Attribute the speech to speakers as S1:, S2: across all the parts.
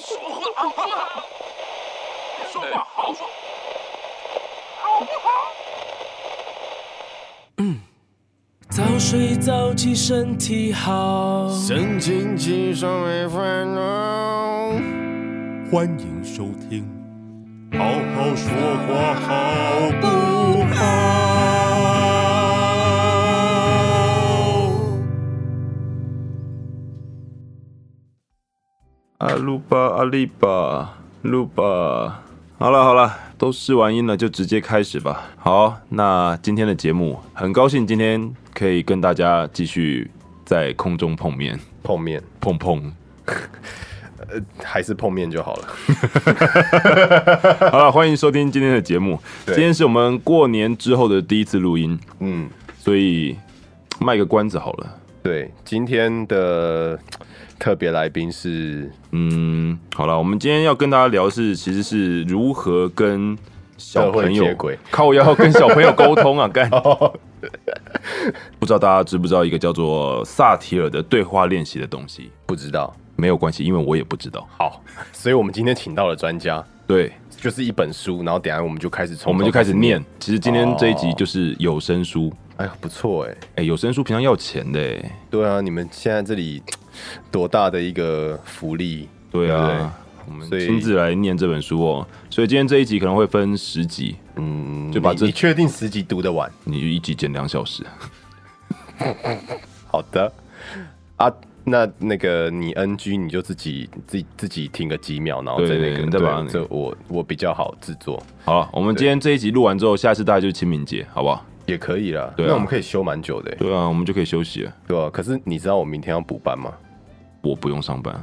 S1: 好不好？说话好说，好不好？
S2: 早睡早起身体好。
S3: 神清气爽没烦恼。欢迎收听，好好说话好不好？
S4: 阿鲁巴啊阿里巴鲁巴，好了好了，都试完音了，就直接开始吧。好，那今天的节目很高兴今天可以跟大家继续在空中碰面，
S3: 碰面呃
S4: 碰碰。
S3: 还是碰面就好了。
S4: 好了，欢迎收听今天的节目。
S3: 对
S4: 今天是我们过年之后的第一次录音，
S3: 嗯，
S4: 所以卖个关子好了。
S3: 对，今天的特别来宾 是
S4: 嗯，好了，我们今天要跟大家聊的是，其实是如何跟小
S3: 社
S4: 朋
S3: 会接
S4: 友
S3: 轨
S4: 靠腰跟小朋友沟通 啊，干。不知道大家知不知道一个叫做萨提尔的对话练习的东西？
S3: 不知道
S4: 没有关系，因为我也不知道。
S3: 好，所以我们今天请到了专家，
S4: 对，
S3: 就是一本书，然后等一下我们就开始从
S4: 我们就
S3: 头
S4: 开始念。。其实今天这一
S3: 哦
S4: 集就是有声书，
S3: 哎呀，不错哎、
S4: 哎、有声书平常要钱的、欸，
S3: 对啊，你们现在这里多大的一个福利？
S4: 对
S3: 对
S4: 啊，我们
S3: 所以
S4: 亲自来念这本书哦。所以今天这一集可能会分十集，
S3: 嗯，
S4: 就把
S3: 你
S4: 这
S3: 你确定十集读得完？
S4: 你就一集减两小时。
S3: 好的啊，那那个你 NG 你就自己自己自己听个几秒，然后再
S4: 对
S3: 那
S4: 对
S3: 个
S4: 你再把
S3: 对
S4: 那个
S3: 这我我比较好制作
S4: 好了，我们今天这一集录完之后，下次大概就是清明节，好不好？
S3: 也可以啦。
S4: 对啊
S3: 那我们可以休蛮久的欸，
S4: 对啊，我们就可以休息了。
S3: 对啊吧、可是你知道我明天要补班吗？
S4: 我不用上班，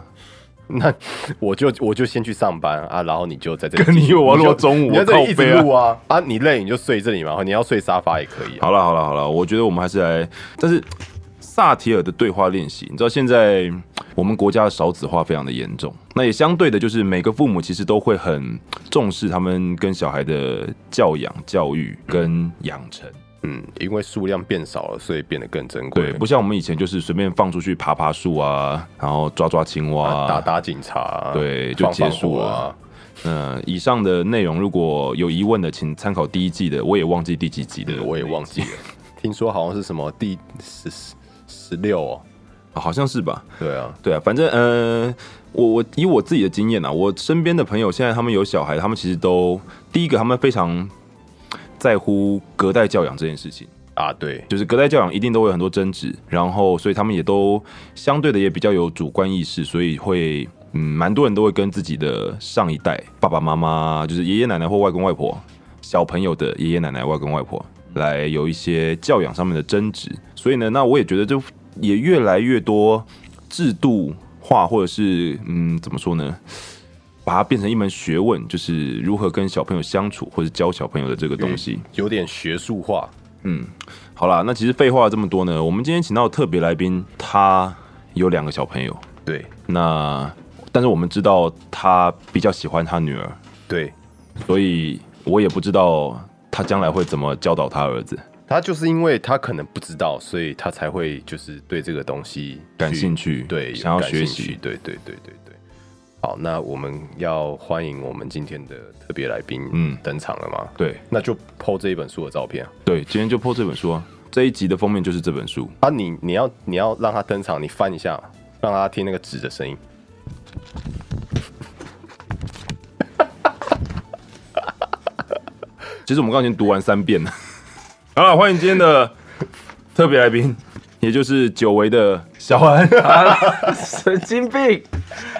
S3: 那我就我就先去上班啊，然后你就在这里
S4: 跟你
S3: 继续
S4: 有啊
S3: 你
S4: 如
S3: 就
S4: 果中午
S3: 你在这里一直
S4: 靠背啊
S3: 录啊啊，你累你就睡这里嘛，你要睡沙发也可以啊。
S4: 好了好了好了，我觉得我们还是来，但是萨提尔的对话练习，你知道现在嗯我们国家的少子化非常的严重，那也相对的就是每个父母其实都会很重视他们跟小孩的教养、教育跟养成。
S3: 嗯，因为数量变少了，所以变得更珍贵。
S4: 对，不像我们以前就是随便放出去爬爬树啊，然后抓抓青蛙、
S3: 啊，打。打警察啊、
S4: 对就
S3: 放放
S4: 结束
S3: 火
S4: 了
S3: 啊。
S4: 嗯、以上的内容如果有疑问的，请参考第一季的，我也忘记第几集的，
S3: 我也忘记了， 听说好像是什么第十十十六哦。
S4: 好像是吧？
S3: 对啊，
S4: 对啊，反正呃，我我以我自己的经验啊，我身边的朋友现在他们有小孩，他们其实都第一个他们非常在乎隔代教养这件事情，
S3: 啊对，
S4: 就是隔代教养一定都会有很多争执，然后所以他们也都相对的也比较有主观意识，所以会。嗯，蛮多人都会跟自己的上一代爸爸妈妈，就是爷爷奶奶或外公外婆，小朋友的爷爷奶奶、外公外婆来有一些教养上面的争执。所以呢，那我也觉得就也越来越多制度化，或者是嗯，怎么说呢？把它变成一门学问，就是如何跟小朋友相处，或者教小朋友的这个东西。
S3: 有点学术化。
S4: 好啦，那其实废话这么多呢，我们今天请到的特别来宾，他有两个小朋友，
S3: 对
S4: 那但是我们知道他比较喜欢他女儿，
S3: 对，
S4: 所以我也不知道他将来会怎么教导他儿子。
S3: 他就是因为他可能不知道，所以他才会就是对这个东西
S4: 感兴趣
S3: 对，
S4: 想要
S3: 感兴
S4: 学习
S3: 趣对对对对对。好，那我们要欢迎我们今天的特别来宾，嗯
S4: 嗯，
S3: 登场了吗？，
S4: 对
S3: 那就 PO 这一本书的照片啊。
S4: 对，今天就破这本书啊，这一集的封面就是这本书。
S3: 啊你你要你要让他登场，你翻一下，让他听那个纸的声音。
S4: 其实我们刚刚已经读完三遍了。 好了，欢迎今天的特别来宾，也就是久违的小安。
S2: 神经病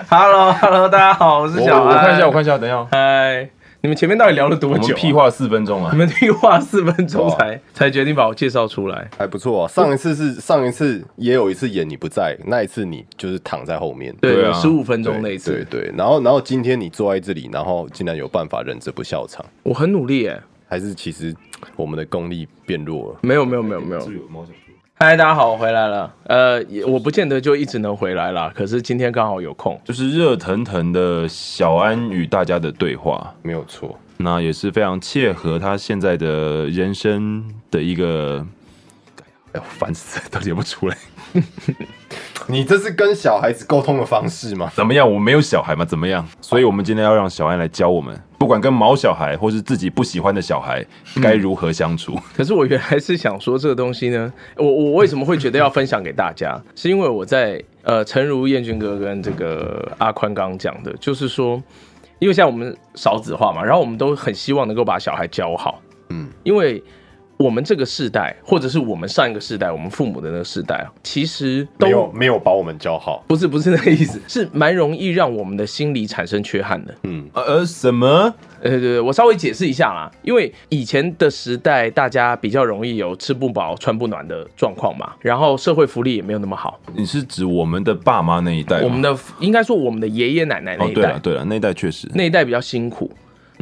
S2: ！Hello Hello，大家好，我是
S4: 我
S2: 小安。
S4: 我看一下，我看一下，等一下，
S2: 嗨，你们前面到底聊了多
S4: 我
S2: 久、啊
S4: 们屁，话四分钟啊
S2: 你。们屁话四分钟
S3: 哇
S2: 才 才决定把我介绍出来。
S3: 还不错、啊，上一次是上一次也有一次演你不在，那一次你就是躺在后面，
S4: 对
S2: 对，
S4: 啊
S2: 十五分
S3: 对
S2: 钟那一次，
S3: 对对。然后然后今天你坐在这里，然后竟然有办法忍着不笑场，
S2: 我很努力耶。
S3: 还是其实我们的功力变弱了？
S2: 没有没有没有没有。嗨，大家好，我回来了。呃，也我不见得就一直能回来啦，可是今天刚好有空。
S4: 就是热腾腾的小安与大家的对话，
S3: 没有错，
S4: 那也是非常切合他现在的人生的一个。哎呦，烦死了，都写不出来。
S5: 你这是跟小孩子沟通的方式吗？
S4: 怎么样？我没有小孩嘛？怎么样？所以我们今天要让小安来教我们，不管跟毛小孩或是自己不喜欢的小孩，该如何相处。
S2: 可是我原来是想说这个东西呢，我我为什么会觉得要分享给大家？ 是因为我在呃，诚如彦君哥跟这个阿宽刚刚讲的，就是说，因为现在我们少子化嘛，然后我们都很希望能够把小孩教好，嗯，因为。我们这个世代，或者是我们上一个世代，我们父母的那个世代啊，其实都
S5: 没有没有把我们教好，
S2: 不是不是那个意思，是蛮容易让我们的心理产生缺憾的。嗯，
S4: 呃，什么？
S2: 呃，对对，我稍微解释一下啦，因为以前的时代，大家比较容易有吃不饱、穿不暖的状况嘛，然后社会福利也没有那么好。
S4: 你是指我们的爸妈那一代？
S2: 我们的应该说我们的爷爷奶奶那一代。哦，对嗯
S4: 了对了，那一代确实，
S2: 那一代比较辛苦。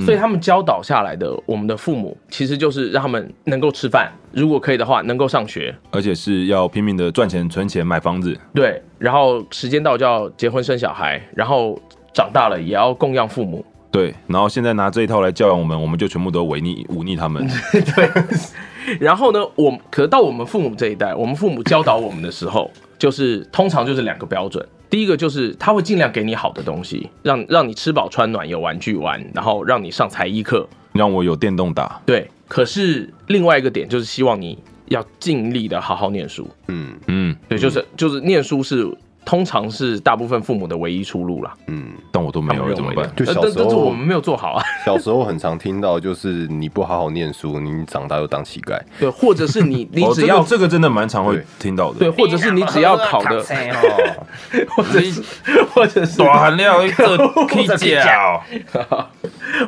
S2: 所以他们教导下来的，我们的父母其实就是让他们能够吃饭，如果可以的话，能够上学，
S4: 而且是要拼命的赚钱、存钱、买房子。
S2: 对，然后时间到就要结婚生小孩，然后长大了也要供养父母。
S4: 对，然后现在拿这一套来教养我们，我们就全部都违逆、忤逆他 们。
S2: 对，然后呢，我可到我们父母这一代，我们父母教导我们的时候，就是通常就是两个标准。第一个就是他会尽量给你好的东西，让让你吃饱穿暖，有玩具玩，然后让你上才艺课，
S4: 让我有电动打。
S2: 对，可是另外一个点就是希望你要尽力的好好念书。嗯嗯，对，就是、嗯、就是念书是通常是大部分父母的唯一出路啦。
S4: 嗯，但我都没有怎么办？
S5: 就小时候、
S2: 呃、我们没有做好啊。
S5: 小时候很常听到就是你不好好念书，你长大又当乞丐。
S2: 对，或者是你你只要、
S4: 哦、这个真的蛮常会听到的。
S2: 对，或者是你只要考的。
S6: 哎哦
S2: 或者是，或者 是
S4: 短含量一个 K 角，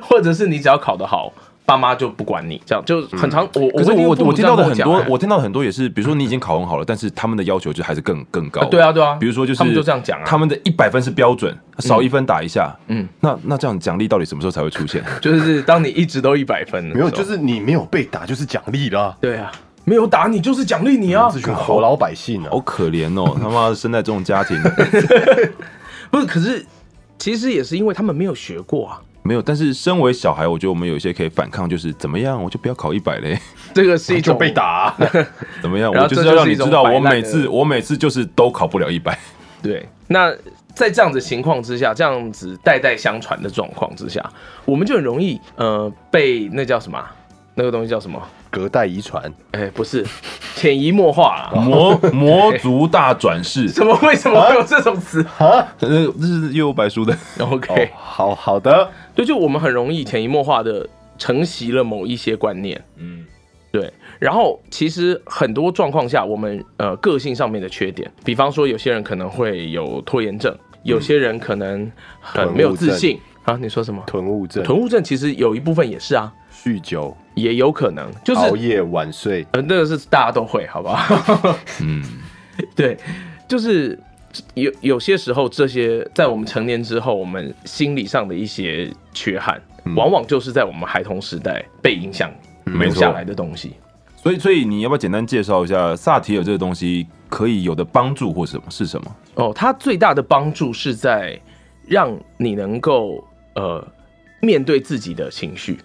S2: 或者是你只要考得好，爸妈就不管你，这样就很常。嗯、我
S4: 可是我
S2: 我
S4: 听到的很
S2: 啊
S4: 多，我听到很多也是，比如说你已经考很好了，但是他们的要求就还是更更高、啊。
S2: 对啊，对啊。
S4: 比如说就是
S2: 他们就这样讲啊，
S4: 他们的一百分是标准，少一分打一下。嗯，那那这样奖励到底什么时候才会出现？
S2: 就是当你一直都一百分，
S5: 没有，就是哦你没有被打就是奖励啦。
S2: 对啊。没有打你就是奖励
S4: 嗯
S2: 你啊！
S5: 这群好老百姓啊，
S4: 好可怜哦！他妈生在这种家庭，
S2: 不是？可是其实也是因为他们没有学过啊。
S4: 没有，但是身为小孩，我觉得我们有一些可以反抗，就是怎么样，我就不要考一百嘞。
S2: 这个是一种
S5: 被打、啊，
S4: 怎么样？我就是要让你知道，我每次我每次就是都考不了一百。
S2: 对，那在这样子情况之下，这样子代代相传的状况之下，我们就很容易呃被那叫什么、啊？那个东西叫什么？
S5: 隔代遗传？
S2: 哎、欸，不是，潜移默化啊
S4: 啦， 魔魔族大转 世。
S2: 怎么？ 为什么会有这种 词
S5: 啊？
S4: 这是又有白书的。
S2: OK，、
S5: 哦、好好的。
S2: 对，就我们很容易潜移默化的承袭了某一些观念。嗯，对。然后其实很多状况下，我们呃个性上面的缺点，比方说有些人可能会有拖延症，
S5: 嗯
S2: 有些人可能很没有自信、嗯、啊。你说什么？
S5: 囤物症？
S2: 囤物症其实有一部分也是啊。
S5: 酗酒
S2: 也有可能，就是
S5: 熬夜晚睡，
S2: 呃，那个是大家都会，好不好？ 嗯，对，就是有有些时候，这些在我们成年之后，我们心理上的一些缺憾，嗯、往往就是在我们孩童时代被影响留下来的东西。
S4: 所以，所以你要不要简单介绍一下萨提尔这个东西可以有的帮助或什么是什么？
S2: 哦，它最大的帮助是在让你能够呃面对自己的情绪。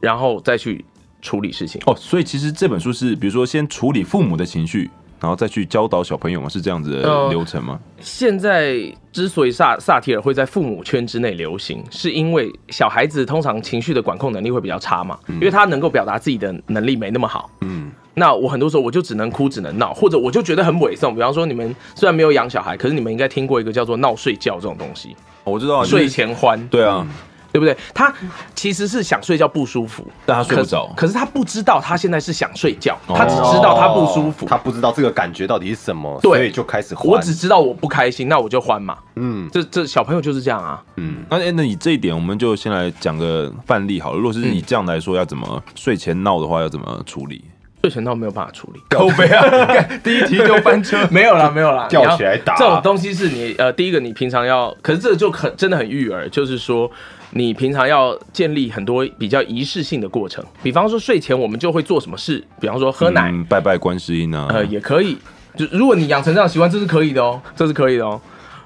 S2: 然后再去处理事情
S4: 哦，所以其实这本书是，比如说先处理父母的情绪，然后再去教导小朋友吗？是这样子的流程吗？
S2: 呃、现在之所以萨萨提尔会在父母圈之内流行，是因为小孩子通常情绪的管控能力会比较差嘛，
S4: 嗯
S2: 因为他能够表达自己的能力没那么好。嗯，那我很多时候我就只能哭，只能闹，或者我就觉得很委送。比方说，你们虽然没有养小孩，可是你们应该听过一个叫做闹睡觉这种东西。
S4: 哦、我知道，
S2: 睡前欢。
S4: 对啊。嗯
S2: 对不对？他其实是想睡觉不舒服，
S4: 但他睡不着。
S2: 可是他不知道他现在是想睡觉，哦、他只知道他不舒服，
S5: 哦他不知道这个感觉到底是什么，所以就开始欢。
S2: 我只知道我不开心，那我就欢嘛。嗯，这这小朋友就是这样啊。
S4: 嗯，那那你这一点，我们就先来讲个范例好了。如果是你这样来说，要怎么睡前闹的话，要怎么处理？
S2: 睡前闹没有办法处理，
S4: 狗背 啊！第一题就翻车，
S2: 没有啦，没有啦，
S5: 吊起来打。
S2: 这种东西是你呃，第一个你平常要，可是这就很真的很育儿，就是说你平常要建立很多比较仪式性的过程，比方说睡前我们就会做什么事，比方说喝奶、
S4: 嗯、拜拜观世音啊，
S2: 呃也可以。就如果你养成这样习惯，这是可以的哦，这是可以的哦。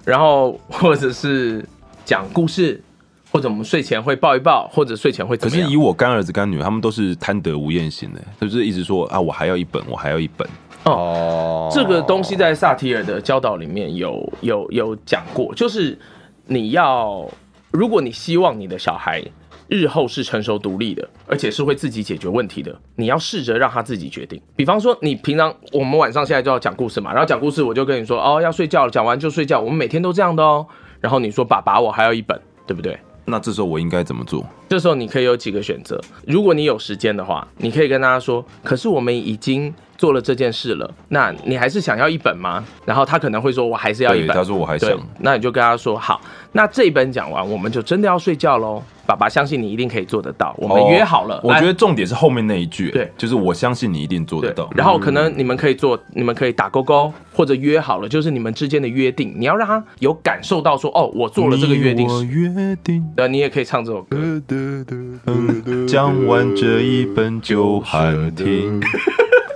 S2: 然后或者是讲故事，或者我们睡前会抱一抱，或者睡前会
S4: 可
S2: 怎么
S4: 是
S2: 样？
S4: 以我干儿子干女儿，他们都是贪得无厌型的，就是一直说啊，我还要一本，我还要一本。
S5: 哦，
S2: 这个东西在萨提尔的教导里面有有有讲过，就是你要，如果你希望你的小孩日后是成熟独立的，而且是会自己解决问题的，你要试着让他自己决定。比方说，你平常我们晚上现在就要讲故事嘛，然后讲故事我就跟你说哦要睡觉了，讲完就睡觉，我们每天都这样的哦。然后你说爸爸，我还要一本，对不对？
S4: 那这时候我应该怎么做？
S2: 这时候你可以有几个选择。如果你有时间的话，你可以跟大家说：“可是我们已经做了这件事了，那你还是想要一本吗？”然后他可能会说：“我还是要一
S4: 对，
S2: 本。”
S4: 他说我还想
S2: 对，，那你就跟他说：“好，那这一本讲完，我们就真的要睡觉喽。爸爸相信你一定可以做得到，我们
S4: 哦
S2: 约好了。
S4: 我
S2: 来
S4: 觉得重点是后面那一句，
S2: 对
S4: 就是我相信你一定做得
S2: 对
S4: 到。，嗯
S2: 然后可能你们可以做，你们可以打勾勾，或者约好了，就是你们之间的约定。你要让他有感受到说，哦，我做了这个约定
S4: 你我
S2: 是，
S4: 约定
S2: 对，你也可以唱这首歌。
S4: 讲完这一本就喊 停。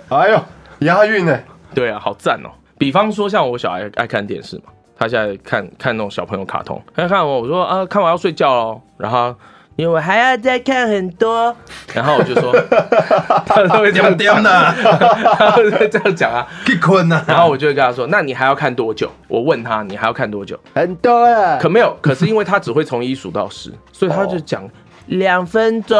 S5: 哎呦，押韵呢、
S2: 对啊，好赞哦！比方说，像我小孩爱看电视嘛，他现在看看那种小朋友卡通，他看我，我说啊，看完要睡觉喽，然后因为我还要再看很多，然后我就 说，他都会这样讲，
S4: 呐，
S2: 他都会这样讲啊，
S4: 给困呐
S2: 然后我就会跟他说，那你还要看多久？我问他，你还要看多久？
S5: 很多啊，
S2: 可没有，可是因为他只会从一数到十，所以他就讲。两分 钟，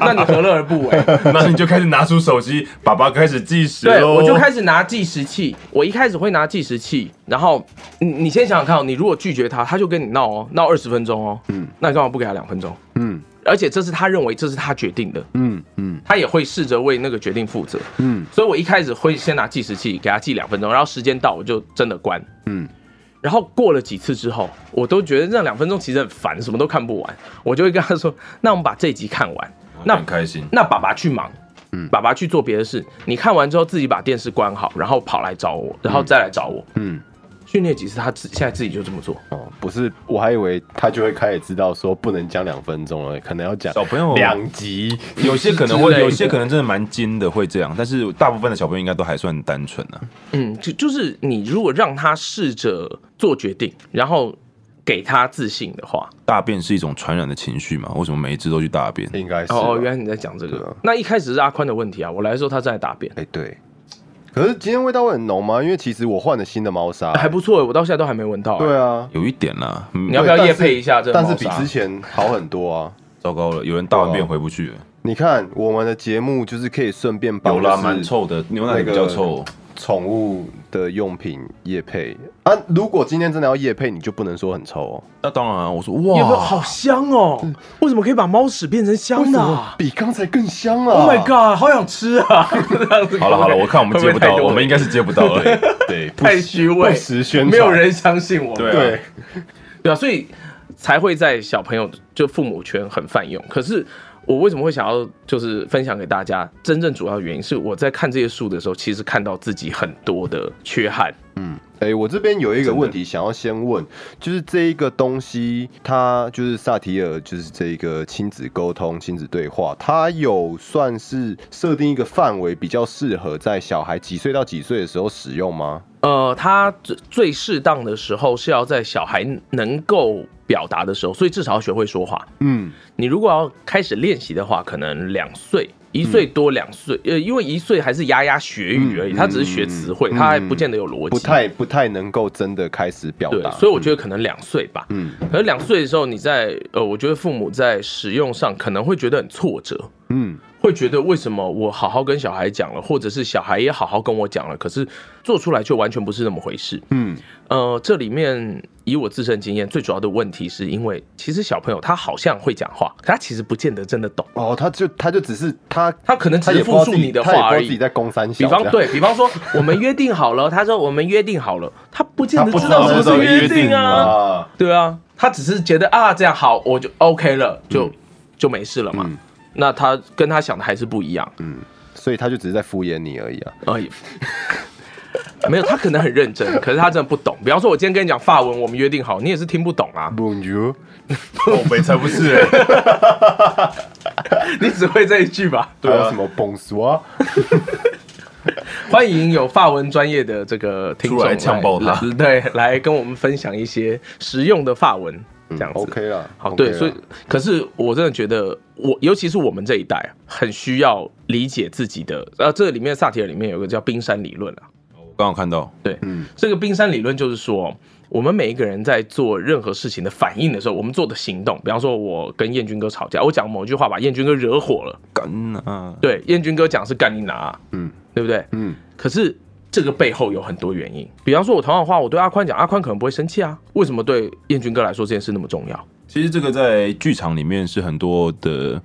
S2: 那你何乐而不为？
S4: 那你就开始拿出手机，爸爸开始计时
S2: 对，
S4: 喽。
S2: 我就开始拿计时器。我一开始会拿计时器，然后你你先想想看、哦，你如果拒绝他，他就跟你闹哦，闹二十分钟哦。嗯，那你干嘛不给他两分钟？
S5: 嗯
S2: 而且这是他认为这是他决定的，
S5: 嗯嗯
S2: 他也会试着为那个决定负责。
S5: 嗯
S2: 所以我一开始会先拿计时器给他记两分钟，然后时间到我就真的关。
S5: 嗯，
S2: 然后过了几次之后，我都觉得那两分钟其实很烦，什么都看不完，我就会跟他说：“那我们把这一集看完。”那
S4: 很开心。
S2: 那爸爸去忙，爸爸去做别的事。你看完之后自己把电视关好，然后跑来找我，然后再来找我。
S5: 嗯，
S2: 训练几次，他自现在自己就这么做。
S5: 哦，不是，我还以为他就会开始知道说不能讲两分钟了，可能要讲
S4: 小朋友
S5: 两集，
S4: 有些可能
S2: 之
S4: 会，
S2: 类的
S4: 有些可能真的蛮精的，会这样。但是大部分的小朋友应该都还算单纯啊。
S2: 嗯，就就是你如果让他试着做决定，然后给他自信的话，
S4: 大便是一种传染的情绪嘛？为什么每一只都去大便？
S5: 应该是吧
S2: 哦哦，原来你在讲这
S5: 对
S2: 个
S5: 啊。
S2: 那一开始是阿宽的问题啊，我来的时候他正在大便，
S5: 哎、对。可是今天味道会很浓吗？因为其实我换了新的 猫
S3: 哎
S5: 砂、
S2: 还不错欸，我到现在都还没闻到欸。
S5: 对啊，
S4: 有一点啦，嗯
S2: 你，要不要
S5: 对
S2: 夜配一下这个
S5: 但是
S2: 猫
S5: 比
S2: 砂
S5: 之前好很多啊。
S4: 糟糕了，有人大完便回不去了，
S5: 你看我们的节目就是可以顺便把
S4: 有啦，
S5: 就是
S4: 蛮臭的，牛奶
S5: 那
S4: 比
S5: 个
S4: 较 臭。
S5: 宠物的用品叶配啊。如果今天真的要叶配，你就不能说很臭哦。
S4: 那当然啊，我说
S2: 有没有
S4: 哇，
S2: 好香哦？为什么可以把猫屎变成香的啊
S5: 比刚才更香啊
S2: ？Oh my god，好想吃啊！这样 子
S4: 好了好了，我看我们接不到，
S2: 会会太多
S4: 我们应该是接不到 了。
S5: 对，不
S2: 太虚伪，
S5: 不实宣传
S2: 没有人相信我。
S4: 对啊
S5: 对，
S2: 对啊，所以才会在小朋友就父母圈很泛用。可是我为什么会想要就是分享给大家？真正主要原因是我在看这些书的时候，其实看到自己很多的缺憾。
S5: 哎、我这边有一个问题想要先问，就是这一个东西，它就是萨提尔，就是这一个亲子沟通、亲子对话，它有算是设定一个范围，比较适合在小孩几岁到几岁的时候使用吗？
S2: 呃，他最最适当的时候是要在小孩能够表达的时候，所以至少要学会说话。
S5: 嗯，
S2: 你如果要开始练习的话，可能两岁。一岁多两岁，呃，因为一岁还是牙牙学语而已，
S5: 嗯
S2: 他只是学词汇，
S5: 嗯
S2: 他还不见得有逻辑，
S5: 不太不太能够真的开始表
S2: 对
S5: 达，，
S2: 所以我觉得可能两岁吧。
S5: 嗯
S2: 可是两岁的时候，你在呃，我觉得父母在使用上可能会觉得很挫折，
S5: 嗯
S2: 会觉得为什么我好好跟小孩讲了，或者是小孩也好好跟我讲了，可是做出来却完全不是那么回事。
S5: 嗯
S2: 呃，这里面以我自身经验，最主要的问题是因为其实小朋友他好像会讲话，可他其实不见得真的懂，
S5: 哦，他就他就只是他
S2: 他可能只
S5: 他
S2: 是
S5: 也不
S2: 复
S5: 知道
S2: 述
S5: 自己
S2: 你的
S5: 他也不
S2: 话
S5: 知道
S2: 而
S5: 自己
S2: 已。
S5: 在攻三
S2: 比
S5: 小这样，
S2: 方对比方说，我们约定好了，他说我们约定好了，他不见得
S5: 他不
S2: 知
S5: 知道
S2: 道什
S5: 是
S2: 么
S5: 不
S2: 是
S5: 是
S2: 约
S4: 约
S2: 定
S4: 定
S2: 啊
S4: 啊。
S5: 啊，
S2: 对啊，他只是觉得啊这样好，我就 OK 了，就、
S5: 嗯
S2: 就没事了嘛。那他跟他想的还是不一样，
S5: 嗯所以他就只是在敷衍你而已啊。
S2: 哎、 没有，他可能很认真，可是他真的不懂。比方说，我今天跟你讲法文，我们约定好，你也是听不懂啊，
S5: Bonjour，
S4: 我没才不是欸，
S2: 你只会这一句吧？
S5: 还有什么 Bonsoir？
S2: 欢迎有法文专业的这个听众
S4: 出来呛爆他
S2: 来对，来跟我们分享一些实用的法文。这样子。
S5: OK 啦，
S2: 好，
S5: OK
S2: 对，
S5: 啊啦
S2: 所以可是我真的觉得我，尤其是我们这一代，啊很需要理解自己的。呃，这里面萨提尔里面有个叫冰山理论啊，
S4: 我刚好看到，
S2: 这个冰山理论就是说，我们每一个人在做任何事情的反应的时候，我们做的行动，比方说，我跟燕军哥吵架，我讲某一句话把燕军哥惹火了，
S4: 干啊，
S2: 对，燕军哥讲是干你拿啊、
S5: 嗯
S2: 对不对？
S5: 嗯，
S2: 可是这个背后有很多原因，比方说，我同样的话，我对阿宽讲，阿宽可能不会生气啊，为什么对燕军哥来说这件事那么重要？
S4: 其实这个在剧场里面是很多的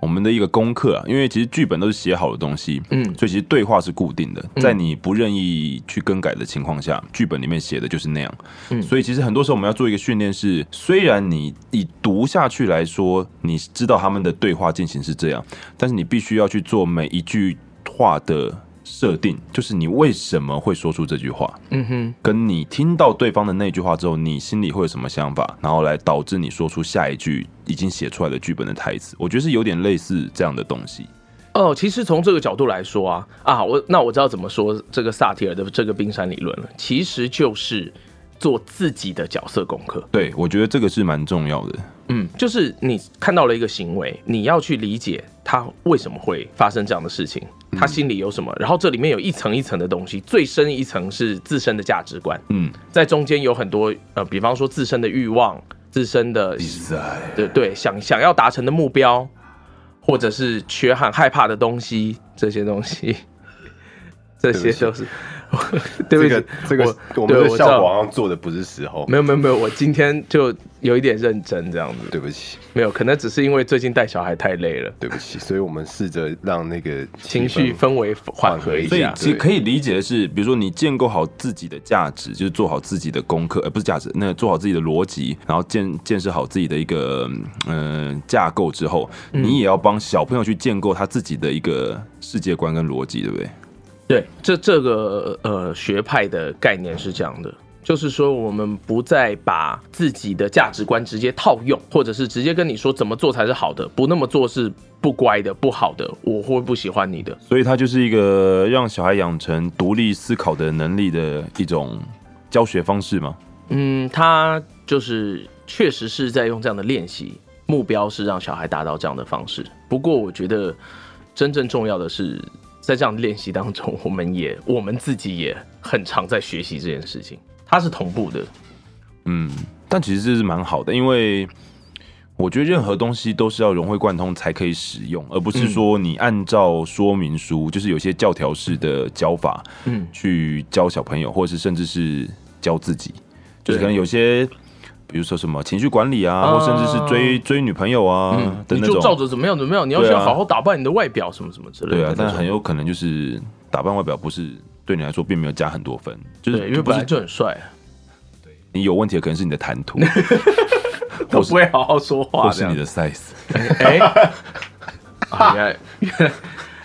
S4: 我们的一个功课啊，因为其实剧本都是写好的东西，
S2: 嗯
S4: 所以其实对话是固定的，在你不任意去更改的情况下，剧本里面写的就是那样。
S2: 嗯
S4: 所以其实很多时候我们要做一个训练是，虽然你以读下去来说，你知道他们的对话进行是这样，但是你必须要去做每一句话的设定，就是你为什么会说出这句话。
S2: 嗯哼，
S4: 跟你听到对方的那句话之后，你心里会有什么想法，然后来导致你说出下一句已经写出来的剧本的台词，我觉得是有点类似这样的东西。
S2: 哦，其实从这个角度来说啊，啊，我那我知道怎么说这个萨提尔的这个冰山理论了，其实就是做自己的角色功课。
S4: 对，我觉得这个是蛮重要的。
S2: 嗯，就是你看到了一个行为，你要去理解他为什么会发生这样的事情，
S5: 嗯
S2: 他心里有什么，然后这里面有一层一层的东西，最深一层是自身的价值观，
S4: 嗯，
S2: 在中间有很多呃，比方说自身的欲望、自身的对对想想要达成的目标，或者是缺憾、害怕的东西，这些东西， 这些都是。 对不起
S5: 这个，这个
S2: 我
S5: 我们
S2: 对
S5: 的
S2: 我知
S5: 效
S2: 道
S5: 果好像做的不是时候，
S2: 没有没有没有，我今天就有一点认真这样子。
S5: 对不起，
S2: 没有，可能只是因为最近带小孩太累了，
S5: 对不起，所以我们试着让那个
S2: 情绪
S5: 氛
S2: 氛围缓和一
S5: 对
S4: 所以
S2: 下。
S4: 其实可以理解的是，比如说你建构好自己的价值，就是做好自己的功课，呃，不是价值，那做好自己的逻辑，然后建建设好自己的一个嗯、呃架构之后，你也要帮小朋友去建构他自己的一个世界观跟逻辑，对不对？
S2: 对，这这个呃学派的概念是这样的，就是说我们不再把自己的价值观直接套用，或者是直接跟你说怎么做才是好的，不那么做是不乖的、不好的，我会不喜欢你的。
S4: 所以它就是一个让小孩养成独立思考的能力的一种教学方式嘛。
S2: 嗯，他就是确实是在用这样的练习，目标是让小孩达到这样的方式。不过，我觉得真正重要的是，在这样的练习当中，我们也我们自己也很常在学习这件事情，它是同步的。
S4: 嗯，但其实这是蛮好的，因为我觉得任何东西都是要融会贯通才可以使用，而不
S2: 嗯
S4: 是说你按照说明书，就是有些教条式的教法，
S2: 嗯
S4: 去教小朋友，或者是甚至是教自己，就是
S2: 对
S4: 可能有些。比如说什么情绪管理啊，
S2: 啊嗯
S4: 或甚至是追追女朋友啊、的
S2: 你
S4: 那
S2: 就
S4: 种，
S2: 照着怎么样怎么样，你要
S4: 对啊
S2: 先好好打扮你的外表，什么什么之类的
S4: 对啊
S2: 那种。，
S4: 但很有可能就是打扮外表不是对你来说并没有加很多分，就是
S2: 对，因为
S4: 不
S2: 本来
S4: 是
S2: 就很帅，
S4: 你有问题的可能是你的谈 吐，
S2: 都不会好好说话
S4: 或
S2: 这
S4: 是
S2: 样
S4: 你。的 size。
S2: 哎、 啊，原来原来，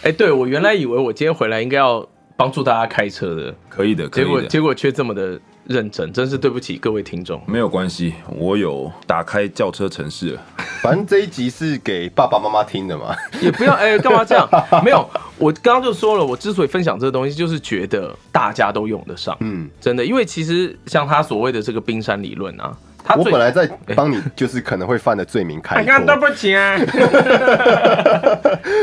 S2: 哎、对我原来以为我今天回来应该要帮助大家开车的，
S4: 可以的，可
S2: 结果
S4: 以的，
S2: 结果却这么的认真，真是对不起各位听众。
S4: 没有关系，我有打开轿车城市了。
S5: 反正这一集是给爸爸妈妈听的嘛，
S2: 也不要哎，干、嘛这样？ 没有，我刚刚就说了，我之所以分享这个东西，就是觉得大家都用得上，
S5: 嗯，
S2: 真的。因为其实像他所谓的这个冰山理论啊，他
S5: 我
S2: 最
S5: 本来在帮你就是可能会犯的罪名开
S2: 哎呀，对
S5: 脱，
S2: 不起啊，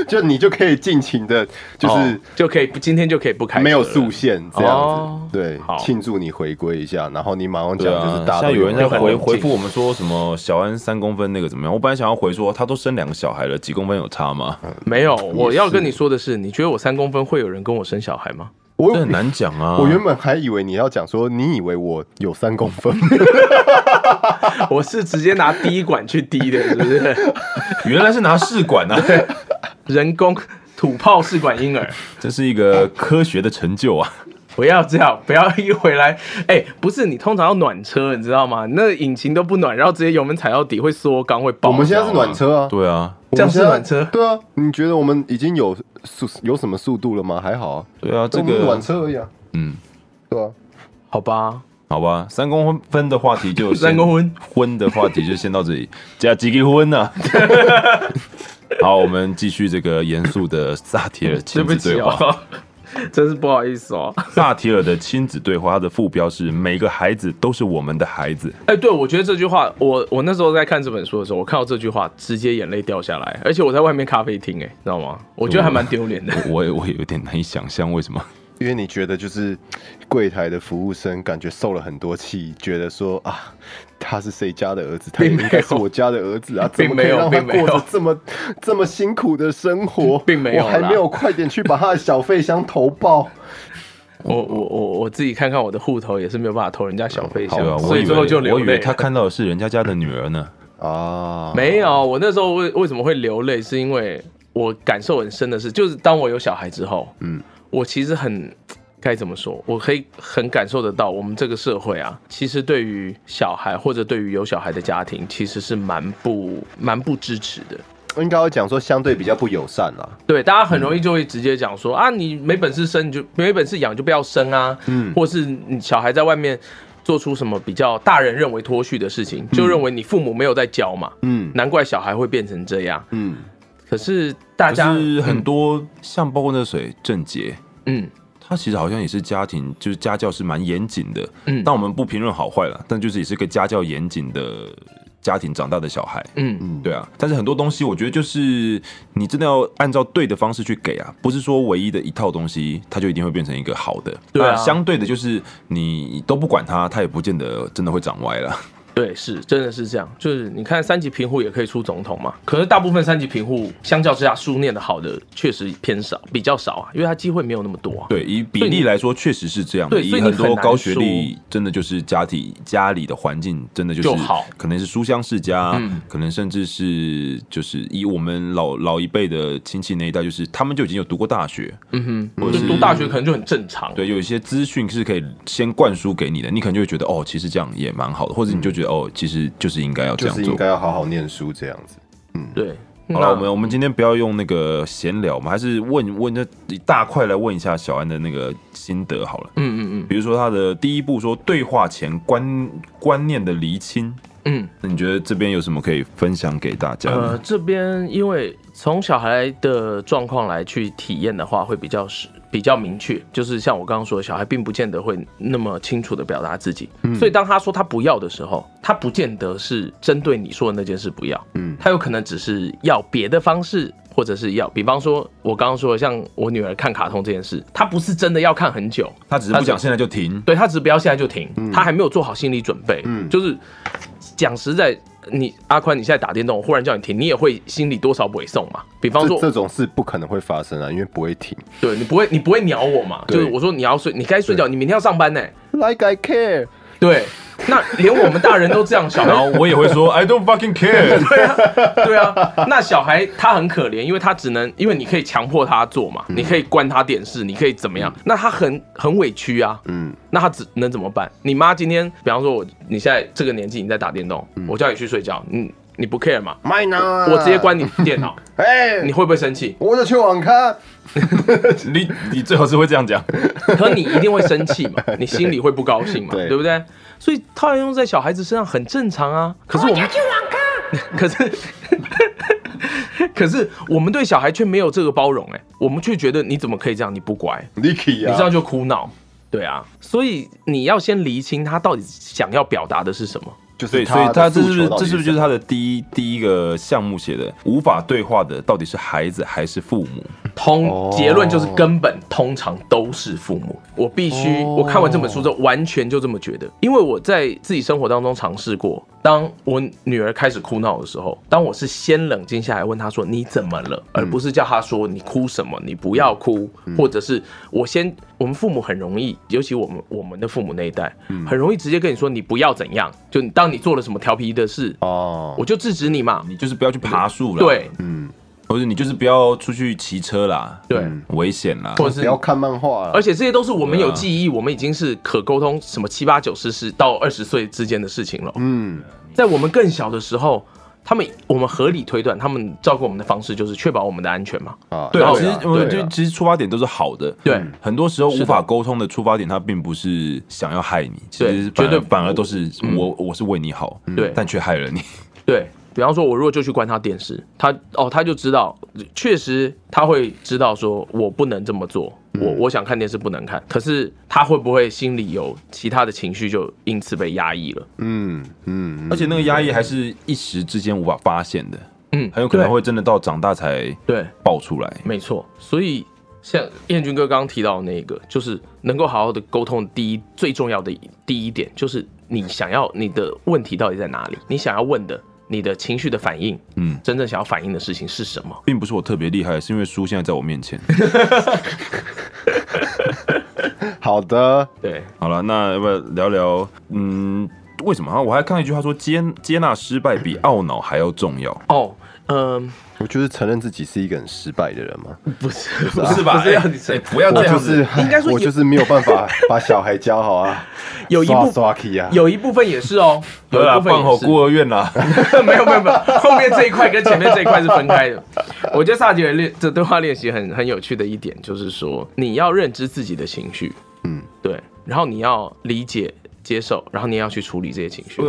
S5: 就你就可以尽情的， 就
S2: 哦
S5: 是
S2: 就可以不今天就可以不开车了，
S5: 没有速限这样
S2: 哦
S5: 子，对
S2: 好，
S5: 庆祝你回归一下，然后你马上
S4: 对
S5: 讲
S4: 啊
S5: 就是，大
S4: 现在
S5: 家都
S4: 有人在
S2: 很
S4: 回
S2: 冷静
S4: 回复我们说什么小安三公分那个怎么样？我本来想要回说他都生两个小孩了，几公分有差吗？
S2: 没有。我要跟你说的是，你觉得我三公分会有人跟我生小孩吗？
S5: 我
S4: 这很难讲啊。
S5: 我原本还以为你要讲说，你以为我有三公分，
S2: 我是直接拿滴管去滴的，是不是？
S4: 原来是拿试管啊，
S2: 人工土炮试管婴儿。
S4: 这是一个科学的成就啊。
S2: 不要这样，不要一回来， 哎、不是你通常要暖车，你知道吗？那引擎都不暖，然后直接油门踩到底会缩缸会爆。
S5: 我们现在是暖车啊，
S4: 对啊，
S5: 我
S2: 这样
S5: 们
S2: 是
S5: 现在
S2: 暖车
S5: 对啊，你觉得我们已经有速有什么速度了吗？还好啊，
S4: 对啊，这
S5: 我们
S4: 个
S5: 暖车而已啊，
S4: 嗯，
S5: 对啊，
S2: 好吧？
S4: 好吧，三公分的话题 就先
S2: 三公分
S4: 婚的话题就先到这里，加几个婚啊 呢、好，我们继续这个严肃的萨提尔
S2: 对
S4: 亲
S2: 不
S4: 子
S2: 起
S4: 对
S2: 啊
S4: 话。
S2: 哦，真是不好意思哦。
S4: 萨提尔的亲子对话，它的副标是“每个孩子都是我们的孩子
S2: 哎、对，我觉得这句话，我我那时候在看这本书的时候，我看到这句话，直接眼泪掉下来，而且我在外面咖啡厅，哎，知道吗？我觉得还蛮丢脸的。”
S4: 我我有点难以想象为什么。
S5: 因为你觉得就是柜台的服务生感觉受了很多气，觉得说啊，他是谁家的儿子，他也
S2: 并没有
S5: 应该是我家的儿子啊，怎
S2: 并
S5: 么可
S2: 没
S5: 以
S2: 有
S5: 让他
S2: 并没有
S5: 过着这么这么辛苦的生活？
S2: 并没有
S5: 我还
S2: 啦
S5: 没有快点去把他的小费箱投报。
S2: 我我我我自己看看我的户头也是没有办法投人家小费
S4: 对啊，
S2: 箱，
S4: 我
S2: 哦所
S4: 以
S2: 以最后
S4: 为
S2: 就流
S4: 我以为
S2: 泪。
S4: 他看到的是人家家的女儿呢。
S5: 啊，
S2: 没有，我那时候为为什么会流泪，是因为我感受很深的是，就是当我有小孩之后，嗯，我其实很该怎么说，我可以很感受得到，我们这个社会啊，其实对于小孩或者对于有小孩的家庭，其实是蛮不蛮不支持的。
S5: 应该要讲说相对比较不友善啦。
S2: 对，大家很容易就会直接讲说、啊，你没本事生你就没本事养就不要生啊，嗯，或是你小孩在外面做出什么比较大人认为脱序的事情，就认为你父母没有在教嘛，
S5: 嗯
S2: 难怪小孩会变成这样。
S5: 嗯，
S2: 可是大
S4: 可
S2: 家
S4: 是很多像包括那谁郑杰，
S2: 嗯，
S4: 他其实好像也是家庭，就是家教是蛮严谨的。
S2: 嗯
S4: 但我们不评论好坏了，但就是也是个家教严谨的家庭长大的小孩。
S2: 嗯嗯
S4: 对啊，但是很多东西我觉得就是你真的要按照对的方式去给啊，不是说唯一的一套东西它就一定会变成一个好的。
S2: 对啊
S4: 那相对的就是你都不管它，它也不见得真的会长歪了。
S2: 对，是真的是这样。就是你看三级贫户也可以出总统嘛，可是大部分三级贫户相较之下书念的好的确实偏少，比较少啊，因为他机会没有那么多啊。
S4: 对，以比例来说，确实是这样的。
S2: 对
S4: 以
S2: 所以你
S4: 很多
S2: 很难
S4: 高学
S2: 说
S4: 历，真的就是家庭家里的环境，真的就是
S2: 就好嗯
S4: 可能是书香世家，可能甚至是就是以我们老老一辈的亲戚那一代，就是他们就已经有读过大学，
S2: 嗯
S4: 或
S2: 哼，
S4: 者
S2: 就是读大学可能就很正常。
S4: 对，有一些资讯是可以先灌输给你的，你可能就会觉得哦，其实这样也蛮好的，或者你就觉得、哦，其实就是应该要这
S5: 就
S4: 样
S5: 是
S4: 做。
S5: 应该要好好念书这样子。
S2: 对，
S4: 好
S2: 那
S4: 了，我们我们今天不要用那个闲聊，我们还是问问这一大块来问一下小安的那个心得好了。
S2: 嗯嗯
S4: 比如说他的第一步说对话前观观念的厘清，
S2: 嗯嗯。
S4: 那你觉得这边有什么可以分享给大家
S2: 呃，
S4: 呢？
S2: 这边因为从小孩的状况来去体验的话，会比较是比较明确，就是像我刚刚说的，小孩并不见得会那么清楚的表达自己，
S4: 嗯
S2: 所以当他说他不要的时候，他不见得是针对你说的那件事不要，
S5: 嗯
S2: 他有可能只是要别的方式。或者是要，比方说，我刚刚说的，像我女儿看卡通这件事，她不是真的要看很久，
S4: 他只是不讲现在就停，
S2: 对他只是不要现在就停，
S5: 嗯
S2: 他还没有做好心理准备。就是讲实在，你阿宽，你现在打电动，我忽然叫你停，你也会心里多少不会送嘛？比方
S5: 这这
S2: 说，
S5: 种事不可能会发生啊，因为不会停。
S2: 对你不会，你不会鸟我嘛？就
S5: 对
S2: 是我说你要睡，你该睡觉，你明天要上班呢、
S5: Like I care，
S2: 对，那连我们大人都这样，小
S4: 然
S2: 孩
S4: 后我也会 说 I don't fucking care。
S2: 对啊，那小孩他很可怜，因为他只能，因为你可以强迫他做嘛，你可以关他电视，你可以怎么样？那他很很委屈啊，嗯，那他只能怎么办？你妈今天，比方说我，你现在这个年纪你在打电动，我叫你去睡觉，你你不 care 嘛？
S5: 麦呢？
S2: 我直接。关你电脑，
S5: 哎、
S2: 你会不会生气？
S5: 我就去网咖。
S4: 你你最好是会这样讲，
S2: 可你一定会生气嘛，你心里会不高兴嘛，
S5: 对
S2: 对不对？所以套用在小孩子身上很正常啊。可是我们 可是可是我们对小孩却没有这个包容哎、我们却觉得你怎么可以这样？你不乖，
S5: Licky
S2: 你这样就哭闹。对啊，所以你要先厘清他到底想要表达的是什么。
S5: 就
S4: 对，
S5: 是
S4: 所以他
S5: 他
S4: 这
S5: 的
S4: 是不是
S5: 诉求到底
S4: 这是不是就是是
S5: 什么
S4: 他的第一第一个项目写的无法对话的到底是孩子还是父母？哦
S2: 通结论就是根本通常都是父母。我必须，
S4: 哦
S2: 我看完这本书之后，完全就这么觉得，因为我在自己生活当中尝试过，当我女儿开始哭闹的时候，当我是先冷静下来问她说你怎么
S4: 嗯
S2: 了，而不是叫她说你哭什么，你不要哭，或者是我先，我们父母很容易，尤其我们我们的父母那一代，
S4: 嗯
S2: 很容易直接跟你说你不要怎样，就你当你做了什么调皮的事，
S5: 哦，
S2: 我就制止你嘛。
S4: 你就是不要去爬树了，
S2: 对，
S5: 嗯，
S4: 或者你就是不要出去骑车啦，
S2: 对
S4: 危险啦，
S2: 或者
S5: 不
S2: 是
S5: 要看漫画了，
S2: 而且这些都是我们
S4: 对啊
S2: 有记忆，我们已经是可沟通什么七八九十十到二十岁之间的事情了。
S5: 嗯，
S2: 在我们更小的时候，他们我们合理推断，他们照顾我们的方式就是确保我们的安全嘛。
S5: 啊，
S4: 对
S2: 然
S4: 啊，
S2: 后
S4: 其实我
S5: 对啊
S4: 就其实出发点都是好的，
S2: 对
S4: 很多时候
S2: 是的
S4: 无法沟通的出发点，他并不是想要害你，其实反
S2: 对绝对
S4: 而
S2: 不嗯
S4: 反而都是我我是为你好，
S2: 对
S4: 但却害了你，
S2: 对，比方说，我如果就去关他电视，他哦，他就知道，确实他会知道说我不能这么做，我我想看电视不能看，可是他会不会心里有其他的情绪就因此被压抑了？
S5: 嗯嗯，
S4: 而且那个压抑还是一时之间无法发现的，
S2: 嗯，
S4: 很有可能会真的到长大才
S2: 对，
S4: 爆出来。
S2: 没错。所以像彦君哥刚刚提到的那个，就是能够好好的沟通，第一最重要的第一点就是你想要你的问题到底在哪里，你想要问的，你的情绪的反应，
S4: 嗯，
S2: 真正想要反映的事情是什么？
S4: 并不是我特别厉害，是因为书现在在我面 前。
S5: 好的，
S2: 对，
S4: 好了，那要不要聊聊？嗯，为什么啊？我还看到一句话说，接接纳失败比懊恼还要重要，
S2: 哦，嗯、
S5: 我就是承认自己是一个很失败的人嘛，
S2: 不是，
S5: 不是
S4: 吧？
S2: 不是要
S4: 哎
S2: 你承
S4: 哎不 要
S5: 我
S4: 这
S5: 就
S4: 样子。
S5: 是
S2: 啊应该说有
S5: 我就是没有办法把小孩教好啊，
S2: 有一
S5: 刷
S2: 部
S5: 刷 key 啊，
S2: 有一部分也是哦，有
S4: 对啊
S2: 一
S4: 啦，
S2: 部分
S4: 放好
S2: 也是。
S4: 孤儿院啦。
S2: 没有没有没有，后面这一块跟前面这一块是分开的。 我觉得萨提尔练这对话练习很很有趣的一点，就是说你要认知自己的情绪，
S5: 嗯，
S2: 对，然后你要理解、接受，然后你也要去处理这些情 绪。
S4: 呃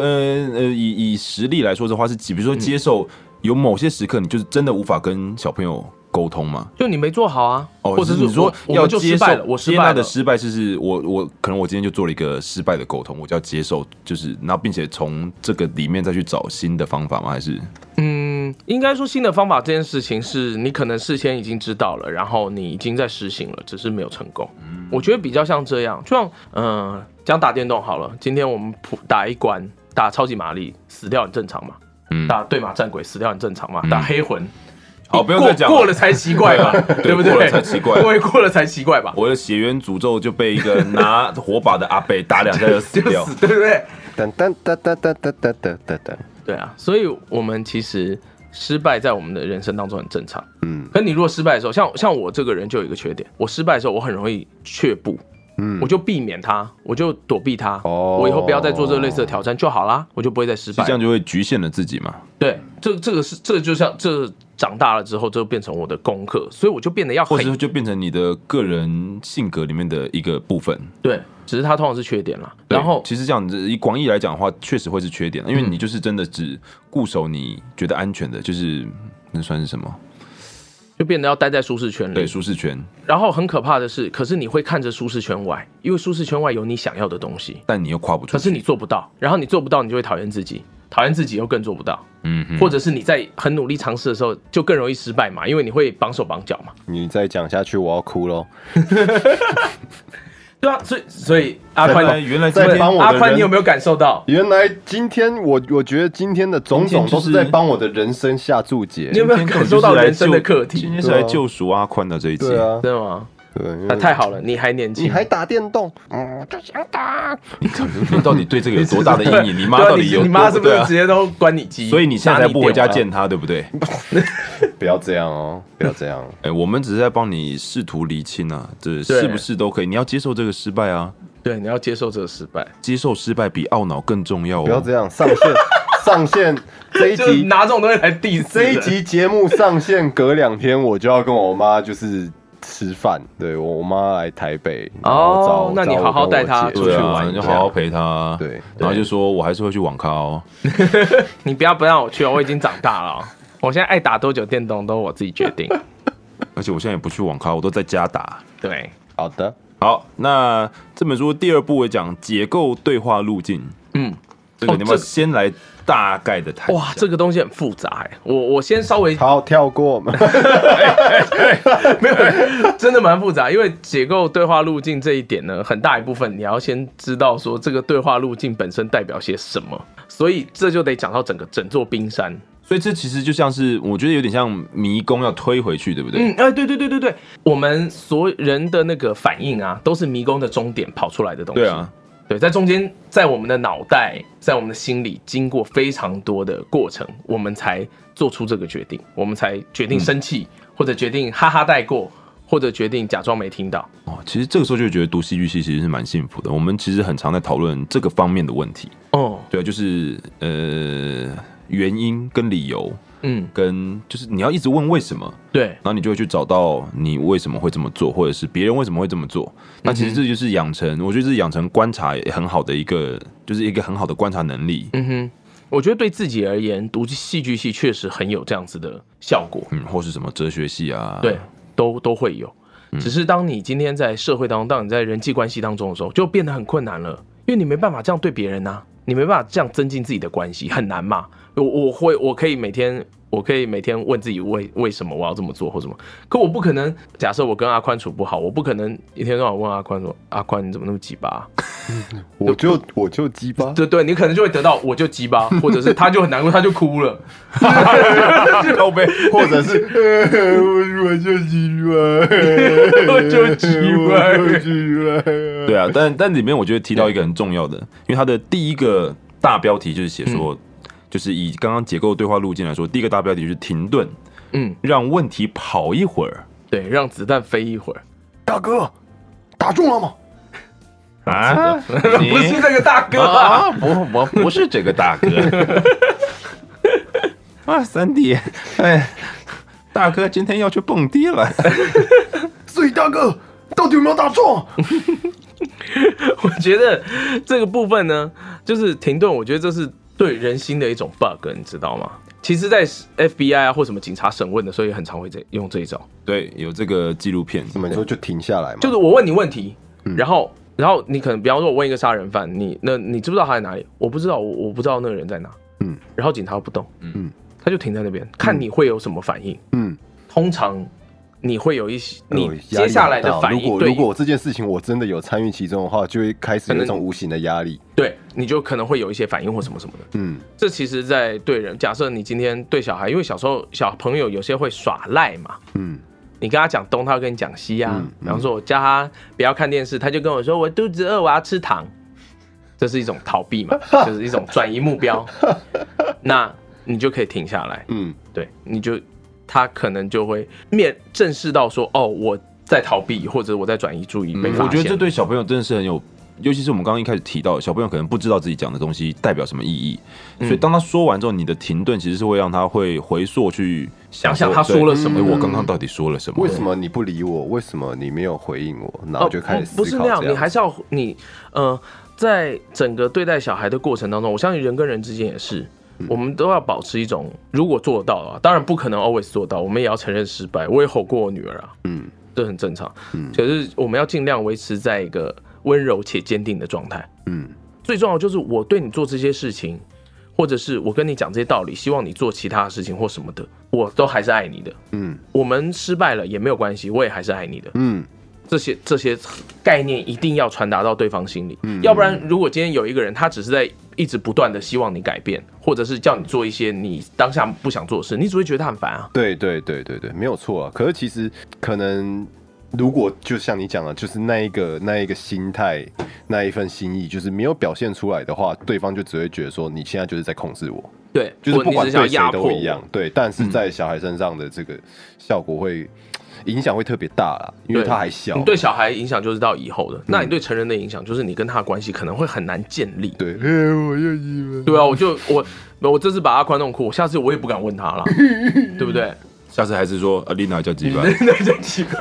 S4: 呃，以以实力来说的话，是比如说接受有某些时刻，你就是真的无法跟小朋友沟通嘛？
S2: 就你没做好啊，
S4: 哦，
S2: 或者
S4: 是你说
S2: 我我
S4: 要
S2: 们就
S4: 接
S2: 失
S4: 受
S2: 败了，我失
S4: 接
S2: 败
S4: 纳
S2: 了
S4: 的失败，就是我我可能我今天就做了一个失败的沟通，我就要接受，就是然后并且从这个里面再去找新的方法吗？还是
S2: 嗯，应该说新的方法这件事情是你可能事先已经知道了，然后你已经在实行了，只是没有成功。
S4: 嗯
S2: 我觉得比较像这样，就像嗯、呃讲打电动好了，今天我们普打一关打超级玛丽死掉很正常嘛，
S4: 嗯
S2: 打对马战鬼死掉很正常嘛，
S4: 嗯
S2: 打黑魂。
S4: 好
S2: 一
S4: 不用
S2: 过
S4: 再讲了
S2: 过了才奇 怪嘛，对不对？
S4: 过了才奇怪
S2: 过一 过了才奇怪吧？
S4: 我的血缘诅咒就被一个拿火把的阿北打两下 就死
S2: 就
S4: 掉？
S2: 死，对不对？
S5: 噔噔噔噔噔噔噔噔噔噔，
S2: 对啊，所以我们其实失败在我们的人生当中很正常。
S5: 嗯
S2: 可你如果失败的时候，像像我这个人就有一个缺点，我失败的时候我很容易却步，
S5: 嗯
S2: 我就避免它，我就躲避它，
S5: 哦
S2: 我以后不要再做这类似的挑战就好啦，我就不会再失
S4: 是
S2: 败
S4: 这。样就会局限了自己嘛？
S2: 对，这这个是这个就像这长大了之后，这就变成我的功课，所以我就变得要
S4: 或者是
S2: 很
S4: 就变成你的个人性格里面的一个部分。
S2: 对，只是它通常是缺点啦。
S4: 对
S2: 然后
S4: 其实这样子，以广义来讲的话，确实会是缺点，因为你就是真的只固守你觉得安全的，就是那算是什么？
S2: 就变得要待在舒适圈
S4: 对，
S2: 里。
S4: 舒适圈，
S2: 然后很可怕的是，可是你会看着舒适圈外，因为舒适圈外有你想要的东西，
S4: 但你又跨不出
S2: 可
S4: 去。
S2: 是你做不到，然后你做不到，你就会讨厌自己，讨厌自己又更做不到。
S4: 嗯哼，
S2: 或者是你在很努力尝试的时候，就更容易失败嘛，因为你会绑手绑脚嘛。
S5: 你再讲下去我要哭喽，
S2: 对啊，所以所以阿
S4: 原
S2: 宽
S4: 来，原来今
S5: 在
S4: 天
S5: 帮我的
S2: 阿宽，
S5: 人
S2: 你有没有感受到？
S5: 原来今天我我觉得今天的种
S4: 今天就
S5: 种
S4: 是
S5: 都是在帮我的人生下注解
S2: 你，有没有
S4: 今天根
S2: 感
S4: 本就
S2: 受
S4: 是
S2: 到
S4: 来
S2: 人生的
S4: 救
S2: 课
S4: 今
S2: 题？
S4: 天是来救赎阿宽的这一集。
S5: 对啊，
S2: 真的吗？
S5: 对，因
S2: 那
S5: 为
S2: 太好了，你还年轻，
S5: 你还打电动，嗯，就想打，
S4: 你到底对这个有多大的 阴影？你妈
S2: 对啊
S4: 到底
S2: 你
S4: 有
S2: 你妈是不
S4: 对
S2: 是
S4: 啊
S2: 直接都关你机？
S4: 所以你现在才不回家
S2: 拿你电
S4: 见他，对不对？
S5: 不要这样哦，不要这样，
S4: 哎，我们只是在帮你试图厘清啊，这
S2: 对
S4: 是不是都可以？你要接受这个失败啊，
S2: 话？对，你要接受这个失败，
S4: 接受失败比懊恼更重要哦。
S5: 不要这样，上线上线这一
S2: 就是
S5: 集
S2: 拿这种东西来 diss
S5: 这一
S2: 人
S5: 集节目上线隔两天我就要跟我妈就是吃饭，对我我妈来台北，然后找
S2: 哦那你
S5: 找我
S2: 好好
S5: 跟我
S2: 带她
S5: 姐
S2: 出
S4: 对
S2: 去
S4: 啊，
S2: 玩
S4: 你
S2: 一
S4: 就
S2: 下
S4: 好好陪他。
S5: 对
S4: 然后就说我还是会去网咖哦。
S2: 你不要不让我去哦，我已经长大了哦，我现在爱打多久电动都我自己决定。
S4: 而且我现在也不去网咖，我都在家打。
S2: 对，
S5: 好的，
S4: 好，那这本书第二部我讲解构对话路径，
S2: 嗯，
S4: 这个
S2: 哦
S4: 你们
S2: 这
S4: 先来大概的谈一下。
S2: 哇，这个东西很复杂哎，我我先稍微
S5: 好跳 过，
S2: 没有，真的蛮复杂，因为解构对话路径这一点呢，很大一部分你要先知道说这个对话路径本身代表些什么，所以这就得讲到整个整座冰山。
S4: 所以这其实就像是我觉得有点像迷宫要推回去，对不对？
S2: 嗯，哎，对对对对对，我们所有人的那个反应啊，都是迷宫的终点跑出来的东西。
S4: 对啊，
S2: 对，在中间，在我们的脑袋，在我们的心里，经过非常多的过程，我们才做出这个决定，我们才决定生气，或者决定哈哈带过，或者决定假装没听到。
S4: 哦，其实这个时候就会觉得读戏剧系其实是蛮幸福的。我们其实很常在讨论这个方面的问题，
S2: 哦，
S4: 对啊，就是呃原因跟理由，
S2: 嗯，
S4: 跟就是你要一直问为什么，
S2: 对，
S4: 然后你就会去找到你为什么会这么做，或者是别人为什么会这么做。那其实这就是养成，我觉得这是养成观察也很好的一个，就是一个很好的观察能力。
S2: 嗯哼，我觉得对自己而言，读戏剧系确实很有这样子的效果，
S4: 嗯，或是什么哲学系啊，
S2: 对，，都都会有。
S5: 嗯
S2: 只是当你今天在社会当中，当你在人际关系当中的时候，就变得很困难了，因为你没办法这样对别人呐、啊你没办法这样增进自己的关系，很难嘛。我我会我可以每天。我可以每天问自己为为什么我要这么做或什么，可我不可能。假设我跟阿宽处不好，我不可能一天到晚问阿宽说：“阿宽你怎么那么鸡巴、啊
S5: 我就我就鸡巴，
S2: 对对，你可能就会得到我就鸡巴，或者是他就很难过，他就哭了。
S4: 靠背，
S5: 或者 是我我就鸡巴，
S2: 我就鸡巴
S5: 我 就鸡巴。
S4: 对啊，但但里面我觉得提到一个很重要的，因为它的第一个大标题就是写说，就是以刚刚结构对话路径来说，第一个大标题就是停顿，
S2: 嗯，
S4: 让问题跑一会儿
S2: 对，让子弹飞一 会儿。
S5: 大哥，打中了吗？
S4: 啊，你
S2: 不是这个大哥啊，
S4: 啊，不，我不是这个大哥。 啊，三弟，哎，大哥今天要去蹦迪了。
S5: 所以大哥到底有没有打中？
S2: 我觉得这个部分呢，就是停顿，我觉得这是对人心的一种 bug，你知道吗？其实，在 FBI 啊或什么警察审问的时候，也很常会这用这一招，
S4: 对，有这个纪录片，
S5: 怎么说就停下来嘛？
S2: 就是我问你问题，
S5: 嗯
S2: 然后然后你可能比方说，我问一个杀人犯，你那你知不知道他在哪里？我不知道，我我不知道那个人在哪。
S5: 嗯，
S2: 然后警察不动，
S5: 嗯，
S2: 他就停在那边，看你会有什么反应。
S5: 嗯，
S2: 通常你会有一些你
S5: 呃压
S2: 接
S5: 力
S2: 下
S5: 好
S2: 来的
S5: 大
S2: 反
S5: 如
S2: 应，
S5: 果
S2: 对
S5: 如果这件事情我真的有参与其中的话，就会开始有一种无形的压 力。
S2: 对，你就可能会有一些反应或什么什么的。
S5: 嗯，
S2: 这其实，在对人，假设你今天对小孩，因为小时候小朋友有些会耍赖嘛，
S5: 嗯，
S2: 你跟他讲东，他会跟你讲西啊。
S5: 嗯嗯
S2: 比方说，我叫他不要看电视，他就跟我说我肚子饿，我要吃糖，这是一种逃避 嘛，就是一种转移目标。那你就可以停下来，
S5: 嗯，
S2: 对，你就他可能就会面正视到说，哦，我在逃避，或者我在转移注
S5: 嗯
S2: 意，被发
S4: 嗯
S2: 现。
S4: 我觉得这对小朋友真的是很有，尤其是我们刚刚一开始提到，小朋友可能不知道自己讲的东西代表什么意义，所以当他说完之后，你的停顿其实是会让他会回溯去想
S2: 想想他说了什么
S4: 对我刚刚到底说了什么？
S5: 为什么你不理我？为什么你没有回应我？然
S2: 哦，
S5: 后就开始思
S2: 不
S5: 考
S2: 不是那样，
S5: 这
S2: 你还是要你呃，在整个对待小孩的过程当中，我相信人跟人之间也是，
S5: 嗯
S2: 我们都要保持一种，如果做到啊，当然不可能 always 做到，我们也要承认失败。我也吼过我女儿啊，
S5: 嗯，
S2: 这很正常。可是我们要尽量维持在一个温柔且坚定的状态。
S5: 嗯
S2: 最重要就是我对你做这些事情，或者是我跟你讲这些道理，希望你做其他的事情或什么的，我都还是爱你的。
S5: 嗯
S2: 我们失败了也没有关系，我也还是爱你的。
S5: 嗯
S2: 这些这些概念一定要传达到对方心里，
S5: 嗯
S2: 要不然如果今天有一个人他只是在一直不断的希望你改变，或者是叫你做一些你当下不想做的事，你只会觉得他很烦啊。
S5: 对对对对对，没有错啊。可是其实可能，如果就像你讲的，就是那一个那一个心态，那一份心意，就是没有表现出来的话，对方就只会觉得说你现在就是在控制我，
S2: 对，
S5: 就是
S2: 我
S5: 不
S2: 你只
S5: 管
S2: 是想要
S5: 对谁
S2: 压迫
S5: 都
S2: 我嗯
S5: 一样。。对，但是在小孩身上的这个效果会影响会特别大啦，因为
S2: 对
S5: 他还小
S2: 你。对小孩影响就是到以后
S5: 嗯
S2: 的，那你对成人的影响就是你跟他的关系可能会很难建立。
S5: 对， 呃我又一了。
S2: 对啊，我就我我这次把阿宽弄哭，我下次我也不敢问他了，
S5: 嗯
S2: 对不 对？
S4: 下次还是说阿丽娜叫鸡巴？
S2: 那就奇怪。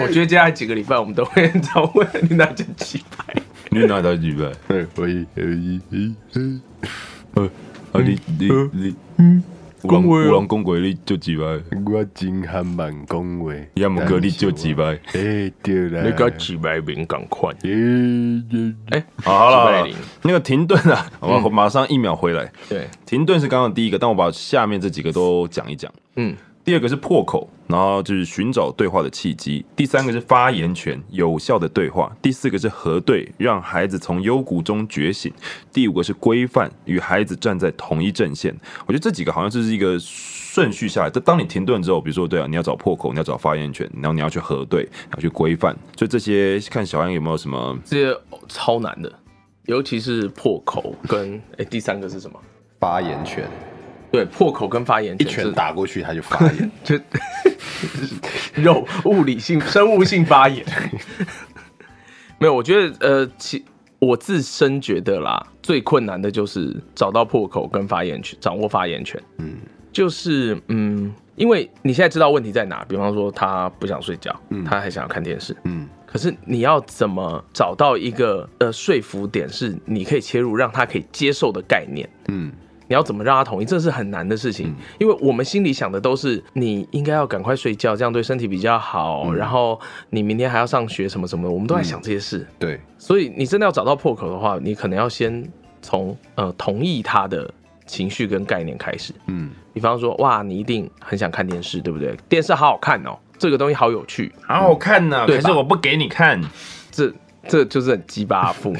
S2: 我觉得接下来几个礼拜我们都会很常问你那件奇怪。
S4: 丽娜叫鸡 巴？
S5: 对，我一我一一
S4: 呃，啊你你你，乌龙乌龙公鬼你叫鸡巴？
S5: 我真还蛮恭维。
S4: 亚姆哥你叫鸡巴？
S5: 哎，对了，
S2: 那个几百名赶快。
S5: 耶
S2: 哎，
S4: 好了好
S2: 几百
S4: 了
S2: 零，嗯
S4: 那个停顿啊，我马上一秒回来。
S2: 对，
S4: 停顿是刚刚第一个，但我把下面这几个都讲一讲。
S2: 嗯，
S4: 第二个是破口，然后就是寻找对话的契机；第三个是发言权，有效的对话；第四个是核对，让孩子从幽谷中觉醒；第五个是规范，与孩子站在同一阵线。我觉得这几个好像就是一个顺序下来。但当你停顿之后，比如说对啊，你要找破口，你要找发言权，然后你要去核对，然后去规范，所以这些看小安有没有什么
S2: 这些超难的，尤其是破口跟哎第三个是什么？
S5: 发言权，
S2: 对，破口跟发言
S5: 一
S2: 权
S5: 拳
S2: 是
S5: 打过去他就发言。
S2: 就 肉物理 性、生物性发炎。 没有，我觉得呃，其我自身觉得啦，最困难的就是找到破口跟发言权，掌握发言权。嗯，就是嗯，因为你现在知道问题在哪，比方说他不想睡觉，他还想要看电视，
S5: 嗯，
S2: 可是你要怎么找到一个呃说服点，是你可以切入让他可以接受的概念？
S5: 嗯
S2: 你要怎么让他同意，这是很难的事情，因为我们心里想的都是你应该要赶快睡觉，这样对身体比较好，然后你明天还要上学什么什么的，我们都在想这些事。
S3: 嗯
S5: 对，
S2: 所以你真的要找到破口的话，你可能要先从呃同意他的情绪跟概念开始。
S5: 嗯，
S2: 比方说，哇，你一定很想看电视，对不对？电视好好看哦，这个东西好有趣，
S4: 好好看呐、
S2: 对吧
S4: 可是我不给你看，
S2: 这这就是很鸡巴父母。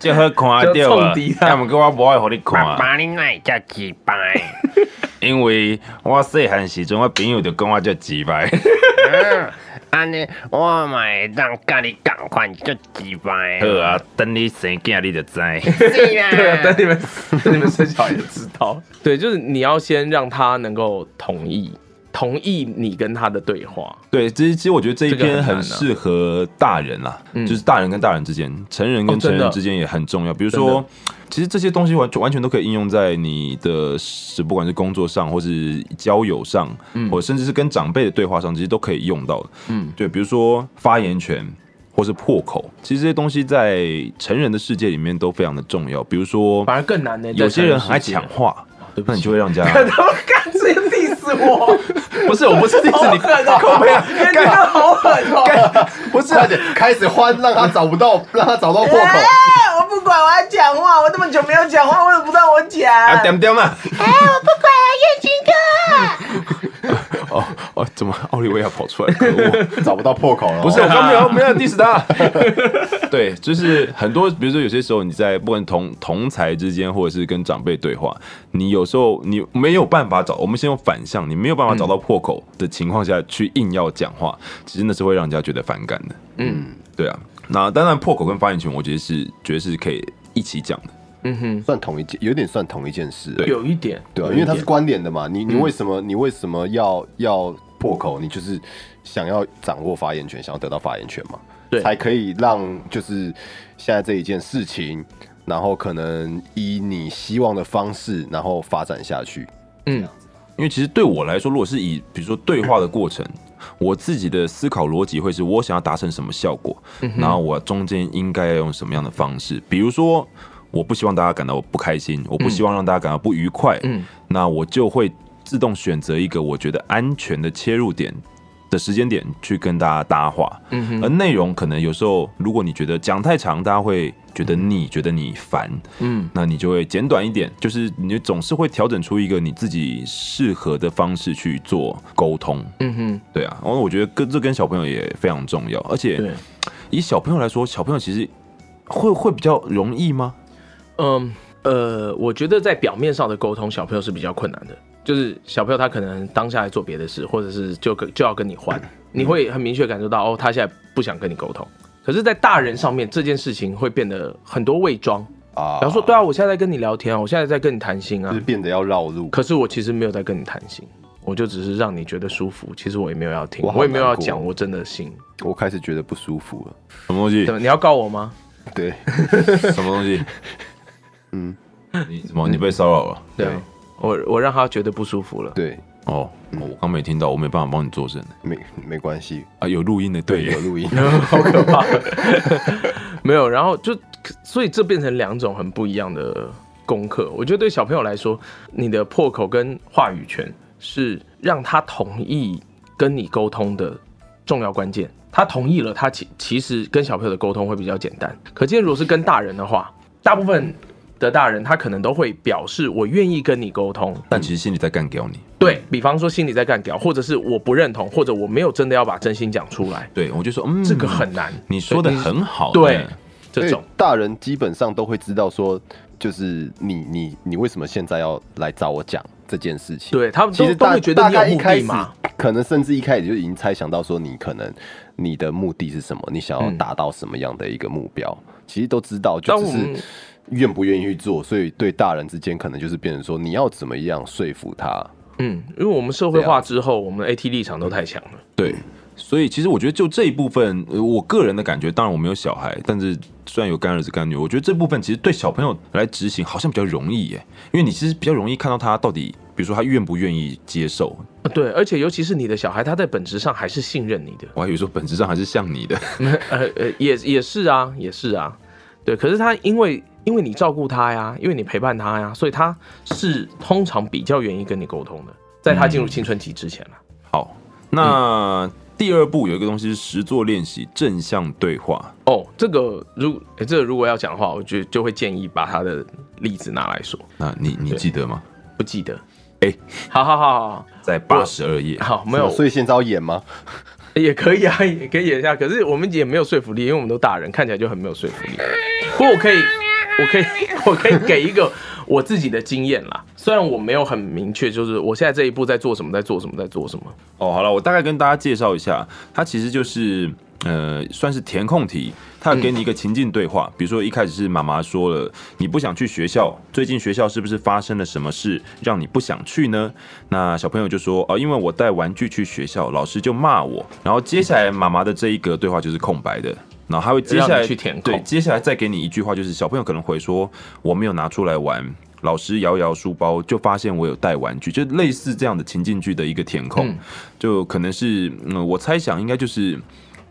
S4: 就喝垮掉
S2: 就
S4: 了
S2: 冲敌。啊
S4: 但我跟我不爱和你看，
S6: 把啊你奶叫几百，
S4: 因为我细汉时阵，我朋友就跟我叫几 百。
S6: 嗯，安尼我买当甲你同款叫几百
S4: 好，啊，等你生囝你就知。
S6: 是啦，
S2: 对啊，等你们等你们生小孩就知道。 对，就是你要先让他能够同意，同意你跟他的对话。
S4: 对，其实其实我觉得这一
S2: 这个很
S4: 篇
S2: 难啊
S4: 很适合大人啦，
S2: 嗯
S4: 就是大人跟大人之间，成人
S2: 哦
S4: 跟成
S2: 真
S4: 人
S2: 的
S4: 之间也很重要。比如
S2: 真
S4: 说，其实这些东西完完全都可以应用在你的是不管是工作上，或是交友上，或甚至是跟长辈的对话上，其实都可以用到的。
S2: 嗯，
S4: 对，比如说发言权或是破口，其实这些东西在成人的世界里面都非常的重要。比如说，
S2: 反而更难呢。
S4: 有些人
S2: 在
S4: 很
S2: 成
S4: 爱
S2: 人世界
S4: 抢，话，
S2: 对不
S4: 那
S2: 起
S4: 你就会让人家
S2: 看 他们干这些 diss 我，
S4: 不是，我 不是一直你靠 背啊，
S2: 真的好狠 哦！
S5: 不是，快点开始欢，让他找不到，让他找到破
S2: 哎
S5: 口。
S7: 我不管，我要讲话。我这么久没有讲话，我也不知道我讲。
S4: 啊点点啊！
S5: 哦
S4: 哦，怎么奥利维亚跑出 来？可哦恶！
S5: 找不到破口了。
S4: 不是，我刚没有没有 diss 他。 对，就是很多，比如说有些时候你在不管同同才之间，或者是跟长辈对话，你有时候你没有办法找，我们先用反向，你没有办法找到破口的情况下去硬要讲话，其实真的是会让人家觉得反感的。
S2: 嗯
S4: 对啊，那当然破口跟发言权，我觉得是觉得是可以一起讲的。
S2: 嗯哼，
S5: 算同一件，有点算同一件事。
S2: 有一点，
S5: 对啊，因为它是关联的嘛。你你为什么你为什么要要破口？你就是想要掌握发言权，想要得到发言权嘛，
S2: 对
S5: 才可以让就是现在这一件事情，然后可能以你希望的方式，然后发展下去。
S2: 嗯
S4: 因为其实对我来说，如果是以比如说对话的过程，我自己的思考逻辑会是我想要达成什么效果，
S2: 嗯
S4: 然后我中间应该要用什么样的方式，比如说。我不希望大家感到不开心，我不希望让大家感到不愉快，
S2: 嗯
S4: 那我就会自动选择一个我觉得安全的切入点的时间点去跟大家搭话。
S2: 嗯哼
S4: 而内容可能有时候，如果你觉得讲太长，大家会觉得你觉得你烦，
S2: 嗯
S4: 那你就会简短一点，就是你总是会调整出一个你自己适合的方式去做沟通，
S2: 嗯哼，
S4: 对啊。然后我觉得跟这跟小朋友也非常重要，而且
S2: 对，
S4: 以小朋友来说，小朋友其实会会比较容易吗？
S2: 嗯呃，我觉得在表面上的沟通，小朋友是比较困难的。就是小朋友他可能当下在做别的事，或者是就跟就要跟你
S5: 嗯
S2: 换，你会很明确感受到哦，他现在不想跟你沟通。可是，在大人上面，这件事情会变得很多伪装。
S5: 啊，嗯
S2: 比方说，对啊，我现在在跟你聊天啊，我现在在跟你谈心啊
S5: 就是，变得要绕路。
S2: 可是我其实没有在跟你谈心，我就只是让你觉得舒服。其实我也没有要听，
S5: 我
S2: 我
S5: 好
S2: 也没有要
S5: 难过
S2: 讲我真的心。
S5: 我开始觉得不舒服了。
S4: 什么东西
S2: 怎？么你要告我吗？
S5: 对，
S4: 什么东 西？嗯，你怎么你被骚扰了？
S2: 对啊
S5: 对
S2: 我我让他觉得不舒服了。
S5: 对，
S4: 哦，我刚没听到，我没办法帮你作证
S5: 没没关系，
S4: 啊，有录音的，对耶
S5: 有，录音。
S2: 好可怕。没有，然后就所以这变成两种很不一样的功课。我觉得对小朋友来说，你的破口跟话语权是让他同意跟你沟通的重要关键。他同意了，他其其实跟小朋友的沟通会比较简单。可见，如果是跟大人的话，大部分的大人他可能都会表示我愿意跟你沟通，
S4: 但其实心里在干掉你。
S2: 对比方说心里在干掉，或者是我不认同，或者我没有真的要把真心讲出来，
S4: 对，我就说，嗯，
S2: 这个很难。
S4: 你说的很好，
S2: 对
S4: 嗯
S2: 这
S5: 所
S2: 种
S5: 以。大人基本上都会知道说，就是你你你为什么现在要来找我讲这件事情？
S2: 对他们
S5: 其
S2: 都
S5: 实
S2: 都
S5: 大
S2: 会觉得
S5: 大
S2: 你有
S5: 概一
S2: 目
S5: 开
S2: 的
S5: 始
S2: 嘛，
S5: 可能甚至一开始就已经猜想到说你可能你的目的是什么，你
S2: 嗯
S5: 想要达到什么样的一个目标，其实都知道，就
S2: 但
S5: 只
S2: 我们
S5: 是愿不愿意去做。所以对大人之间可能就是变成说你要怎么样说服他。
S2: 嗯，因为我们社会化之后，我们 AT 立场都太强了，
S4: 对，所以其实我觉得就这一部分，呃我个人的感觉，当然我没有小孩，但是虽然有干儿子干女儿，我觉得这部分其实对小朋友来执行好像比较容易耶，因为你其实比较容易看到他到底，比如说他愿不愿意接受。
S2: 呃对，而且尤其是你的小孩，他在本质上还是信任你的，
S4: 我还以为说本质
S2: 嗯
S4: 上还是像你的，
S2: 呃呃，也也是啊，也是啊，对，可是他因为因因为你照顾他呀，因为你陪伴他呀，所以他是通常比较愿意跟你沟通的，在他进入青春期之前啊啦。
S4: 好，那第二步有一个东西是实作练习正向对话，
S2: 哦，这个如、诶这个如果要讲的话，我就就会建议把他的例子拿来说，
S4: 那你你记得吗？
S2: 不记得。
S4: 诶
S2: 好好好好
S4: 在八十二页，
S2: 好，没有，
S5: 所以现在要演吗？
S2: 也可以啊，也可以演一下。可是我们也没有说服力，因为我们都大人，看起来就很没有说服力。不过我可以，我可以，我可以给一个我自己的经验啦。虽然我没有很明确，就是我现在这一步在做什么，在做什么，在做什么。
S4: 哦，好了，我大概跟大家介绍一下，它其实就是呃，算是填空题。它
S2: 嗯
S4: 给你一个情境对话，比如说一开始是妈妈说了，你不想去学校，最近学校是不是发生了什么事让你不想去呢？那小朋友就说，哦、因为我带玩具去学校，老师就骂我。然后接下来妈妈的这一个对话就是空白的。然后他会接下
S2: 让
S4: 来
S2: 你去填空
S4: 对，接下来再给你一句话，就是小朋友可能回说我没有拿出来玩，老师摇摇书包就发现我有带玩具，就类似这样的情境剧的一个填空，
S2: 嗯
S4: 就可能是嗯，我猜想应该就是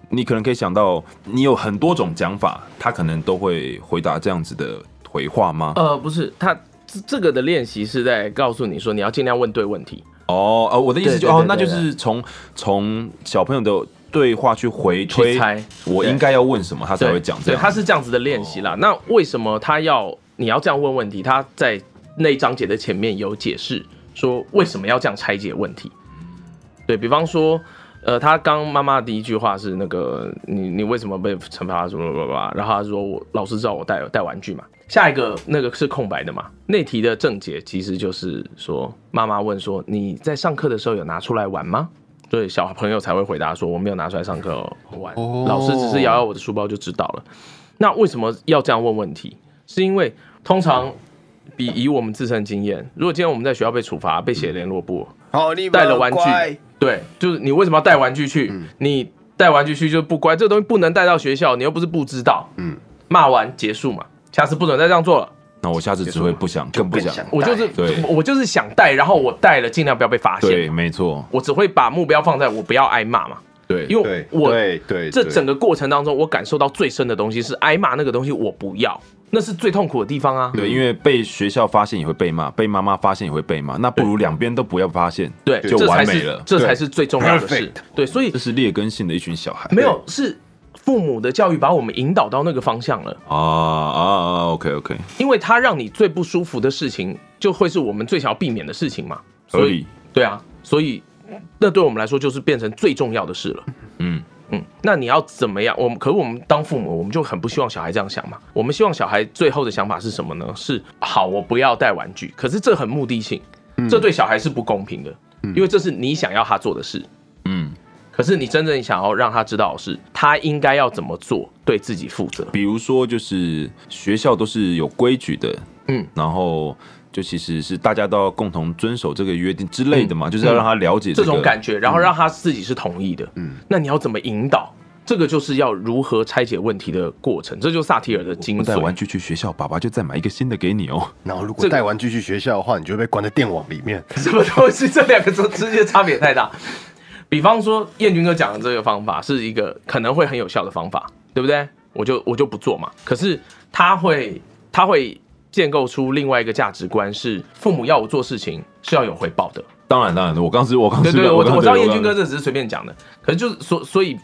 S4: 你可能可以想到你有很多种讲法，他可能都会回答这样子的回话吗？
S2: 呃，不是，他这这个的练习是在告诉你说，你要尽量问对问题。
S4: 哦，呃，我的意思就
S2: 对对对
S4: 哦，那就
S2: 对
S4: 是从从小朋友的对话去回推，
S2: 猜
S4: 我
S2: 对
S4: 应该要问什么，他才会讲这
S2: 对，
S4: 样。哦
S2: 他是这样子的练习啦。那为什么他要你要这样问问题？他在那一章节的前面有解释说为什么要这样拆解问题。对比方说，呃，他刚妈妈的第一句话是那个你你为什么被惩罚什么什么什么，然后他说我老师知道我带带玩具嘛。下一个那个是空白的嘛？那题的正解其实就是说，妈妈问说你在上课的时候有拿出来玩吗？所以小朋友才会回答说我没有拿出来上课哦玩，
S5: 哦
S2: 老师只是摇摇我的书包就知道了。那为什么要这样问问题？是因为通常比以我们自身经验，如果今天我们在学校被处罚、被写联络簿，
S7: 好，你
S2: 带了玩具，对，就是你为什么要带玩具去？你带玩具去就不乖，这个东西不能带到学校，你又不是不知道。
S5: 嗯
S2: 嗯，骂完结束嘛，下次不准再这样做了。
S4: 那我下次只会不想，更不
S5: 更
S4: 想。
S5: 想
S2: 我就是
S4: 对
S2: 我就是想带，然后我带了，尽量不要被发
S4: 对，
S2: 现。
S4: 没错，
S2: 我只会把目标放在我不要挨骂嘛，
S4: 对，
S2: 因为
S5: 对
S2: 我
S5: 对对，
S2: 这
S5: 对
S2: 整个过程当中，我感受到最深的东西是挨骂那个东西，我不要，那是最痛苦的地方啊。
S4: 对，因为被学校发现也会被骂，被妈妈发现也会被骂，那不如两边都不要发现，
S2: 对，
S4: 就
S2: 这才
S4: 完美
S2: 是
S4: 了。
S2: 这才是最重要的事
S5: Perfect。
S2: 对，所以
S4: 这是劣根性的一群小孩，
S2: 没有是父母的教育把我们引导到那个方向了。
S4: 啊啊啊！OK OK，
S2: 因为它让你最不舒服的事情，就会是我们最想要避免的事情嘛。
S4: 合
S2: 所
S4: 理
S2: 以，对啊，所以那对我们来说就是变成最重要的事了。
S4: 嗯，
S2: 嗯，那你要怎么样？我们可是我们当父母，我们就很不希望小孩这样想嘛。我们希望小孩最后的想法是什么呢？是好，我不要带玩具。可是这很目的性，
S4: 嗯
S2: 这对小孩是不公平的，因为这是你想要他做的事。
S4: 嗯，
S2: 可是你真正想要让他知道的是，他应该要怎么做，对自己负责。
S4: 比如说就是学校都是有规矩的，
S2: 嗯，
S4: 然后就其实是大家都要共同遵守这个约定之类的嘛，就是要让他了解、
S2: 嗯
S4: 这
S2: 这种
S4: 个嗯
S2: 感觉，然后让他自己是同意的。嗯，那你要怎么引导？这个就是要如何拆解问题的过程，这就是萨提尔的精
S4: 不带玩
S2: 髓。
S4: 具去学校，爸爸就再买一个新的给你哦。
S5: 然后如
S2: 这
S5: 果带玩具去学校的话，你就会被关在电网里面。
S2: 什么东西？ 这两个之之间差别太大。比方说，燕军哥讲的这个方法是一个可能会很有效的方法，对不对？我就我就不做嘛。可是他会他会建构出另外一个价值观，是父母要我做事情是要有回报的。
S4: 当然当然，我刚是，我刚是，
S2: 对对，我
S4: 刚
S2: 我知道燕
S4: 刚
S2: 军哥这只是随便讲的，可是就是所所以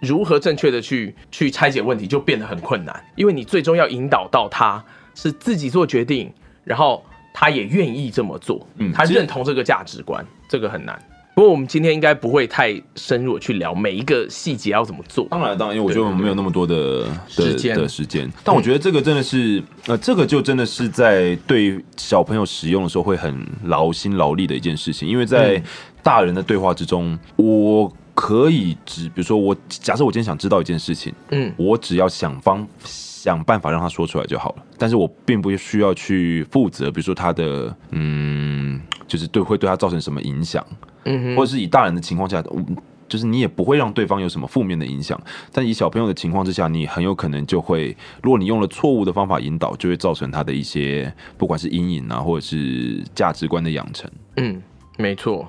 S2: 如何正确的去去拆解问题就变得很困难，因为你最终要引导到他是自己做决定，然后他也愿意这么做，
S4: 嗯
S2: 他
S4: 其实
S2: 认同这个价值观，这个很难。不过我们今天应该不会太深入地去聊每一个细节要怎么做，
S4: 当然，当然，因为我觉得我们没有那么多的的
S2: 时间
S4: 的时间，但我觉得这个真的是，呃，这个就真的是在对小朋友使用的时候会很劳心劳力的一件事情，因为
S2: 嗯
S4: 在大人的对话之中，我可以只，比如说我假设我今天想知道一件事情，
S2: 嗯
S4: 我只要想方想办法让他说出来就好了，但是我并不需要去负责，比如说他的嗯，就是对会对他造成什么影响，
S2: 嗯哼，
S4: 或者是以大人的情况下，嗯就是你也不会让对方有什么负面的影响，但以小朋友的情况之下，你很有可能就会，如果你用了错误的方法引导，就会造成他的一些不管是阴影啊，或者是价值观的养成。
S2: 嗯，没错，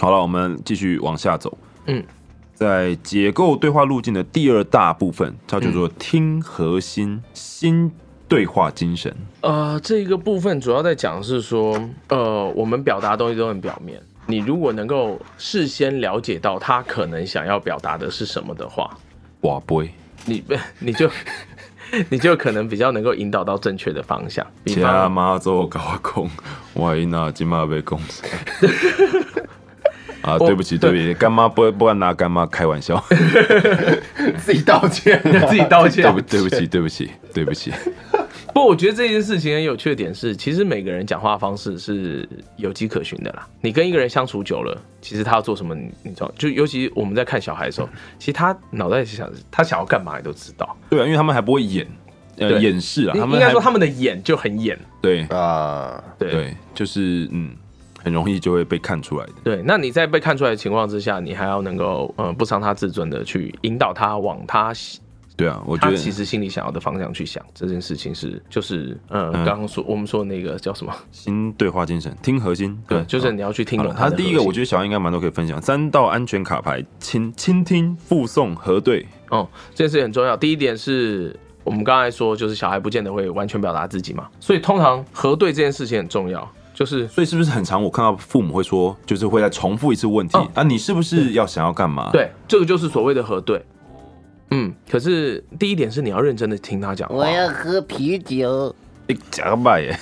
S4: 好了，我们继续往下走。
S2: 嗯，
S4: 在解构对话路径的第二大部分，它叫做听核心，心对话精神？
S2: 呃，这个部分主要在讲是说，呃，我们表达的东西都很表面。你如果能够事先了解到他可能想要表达的是什么的话，
S4: 哇，不会，
S2: 你 你就你就可能比较能够引导到正确的方向。比
S4: 家
S2: 方
S4: 妈做高空，我那金马被攻。啊，对不起，对不起，干妈不不敢拿干妈开玩笑，
S5: 自己 道歉啊，
S2: 自己道
S4: 对
S2: 歉
S4: 不。对不起，对不起，对不起，
S2: 不过我觉得这件事情很有趣的点是，其实每个人讲话方式是有迹可循的啦。你跟一个人相处久了，其实他要做什么，你你知道，就尤其我们在看小孩的时候，其实他脑袋想他想要干嘛，你都知道。
S4: 对啊，因为他们还不会演，呃，
S2: 对
S4: 演示啊，他们
S2: 应该
S4: 还
S2: 说他们的眼就很演，
S4: 对
S5: 啊，
S2: 对
S4: 对，就是嗯，很容易就会被看出来的。
S2: 对，那你在被看出来的情况之下，你还要能够呃不伤他自尊的去引导他往他喜
S4: 对啊，我觉
S2: 他
S4: 得
S2: 其实心里想要的方向去想。这件事情是就是呃
S4: 嗯
S2: 刚刚说我们说的那个叫什么？
S4: 新对话精神，听核心，
S2: 对，就是
S4: 好
S2: 你要去听
S4: 好
S2: 懂
S4: 了他
S2: 的
S4: 第一
S2: 核
S4: 个，
S2: 心
S4: 我觉得小安应该蛮多可以分享。三道安全卡牌，倾倾听、附送、核对，
S2: 哦，这件事很重要。第一点是我们刚才说，就是小孩不见得会完全表达自己嘛，所以通常核对这件事情很重要。就是
S4: 所以是不是很常我看到父母会说，就是会再重复一次问题、
S2: 嗯
S4: 啊，你是不是要想要干嘛？，
S2: 对，这个就是所谓的核对。嗯，可是第一点是你要认真的听他讲话
S6: 我。要喝啤酒。
S4: 你哎假白耶，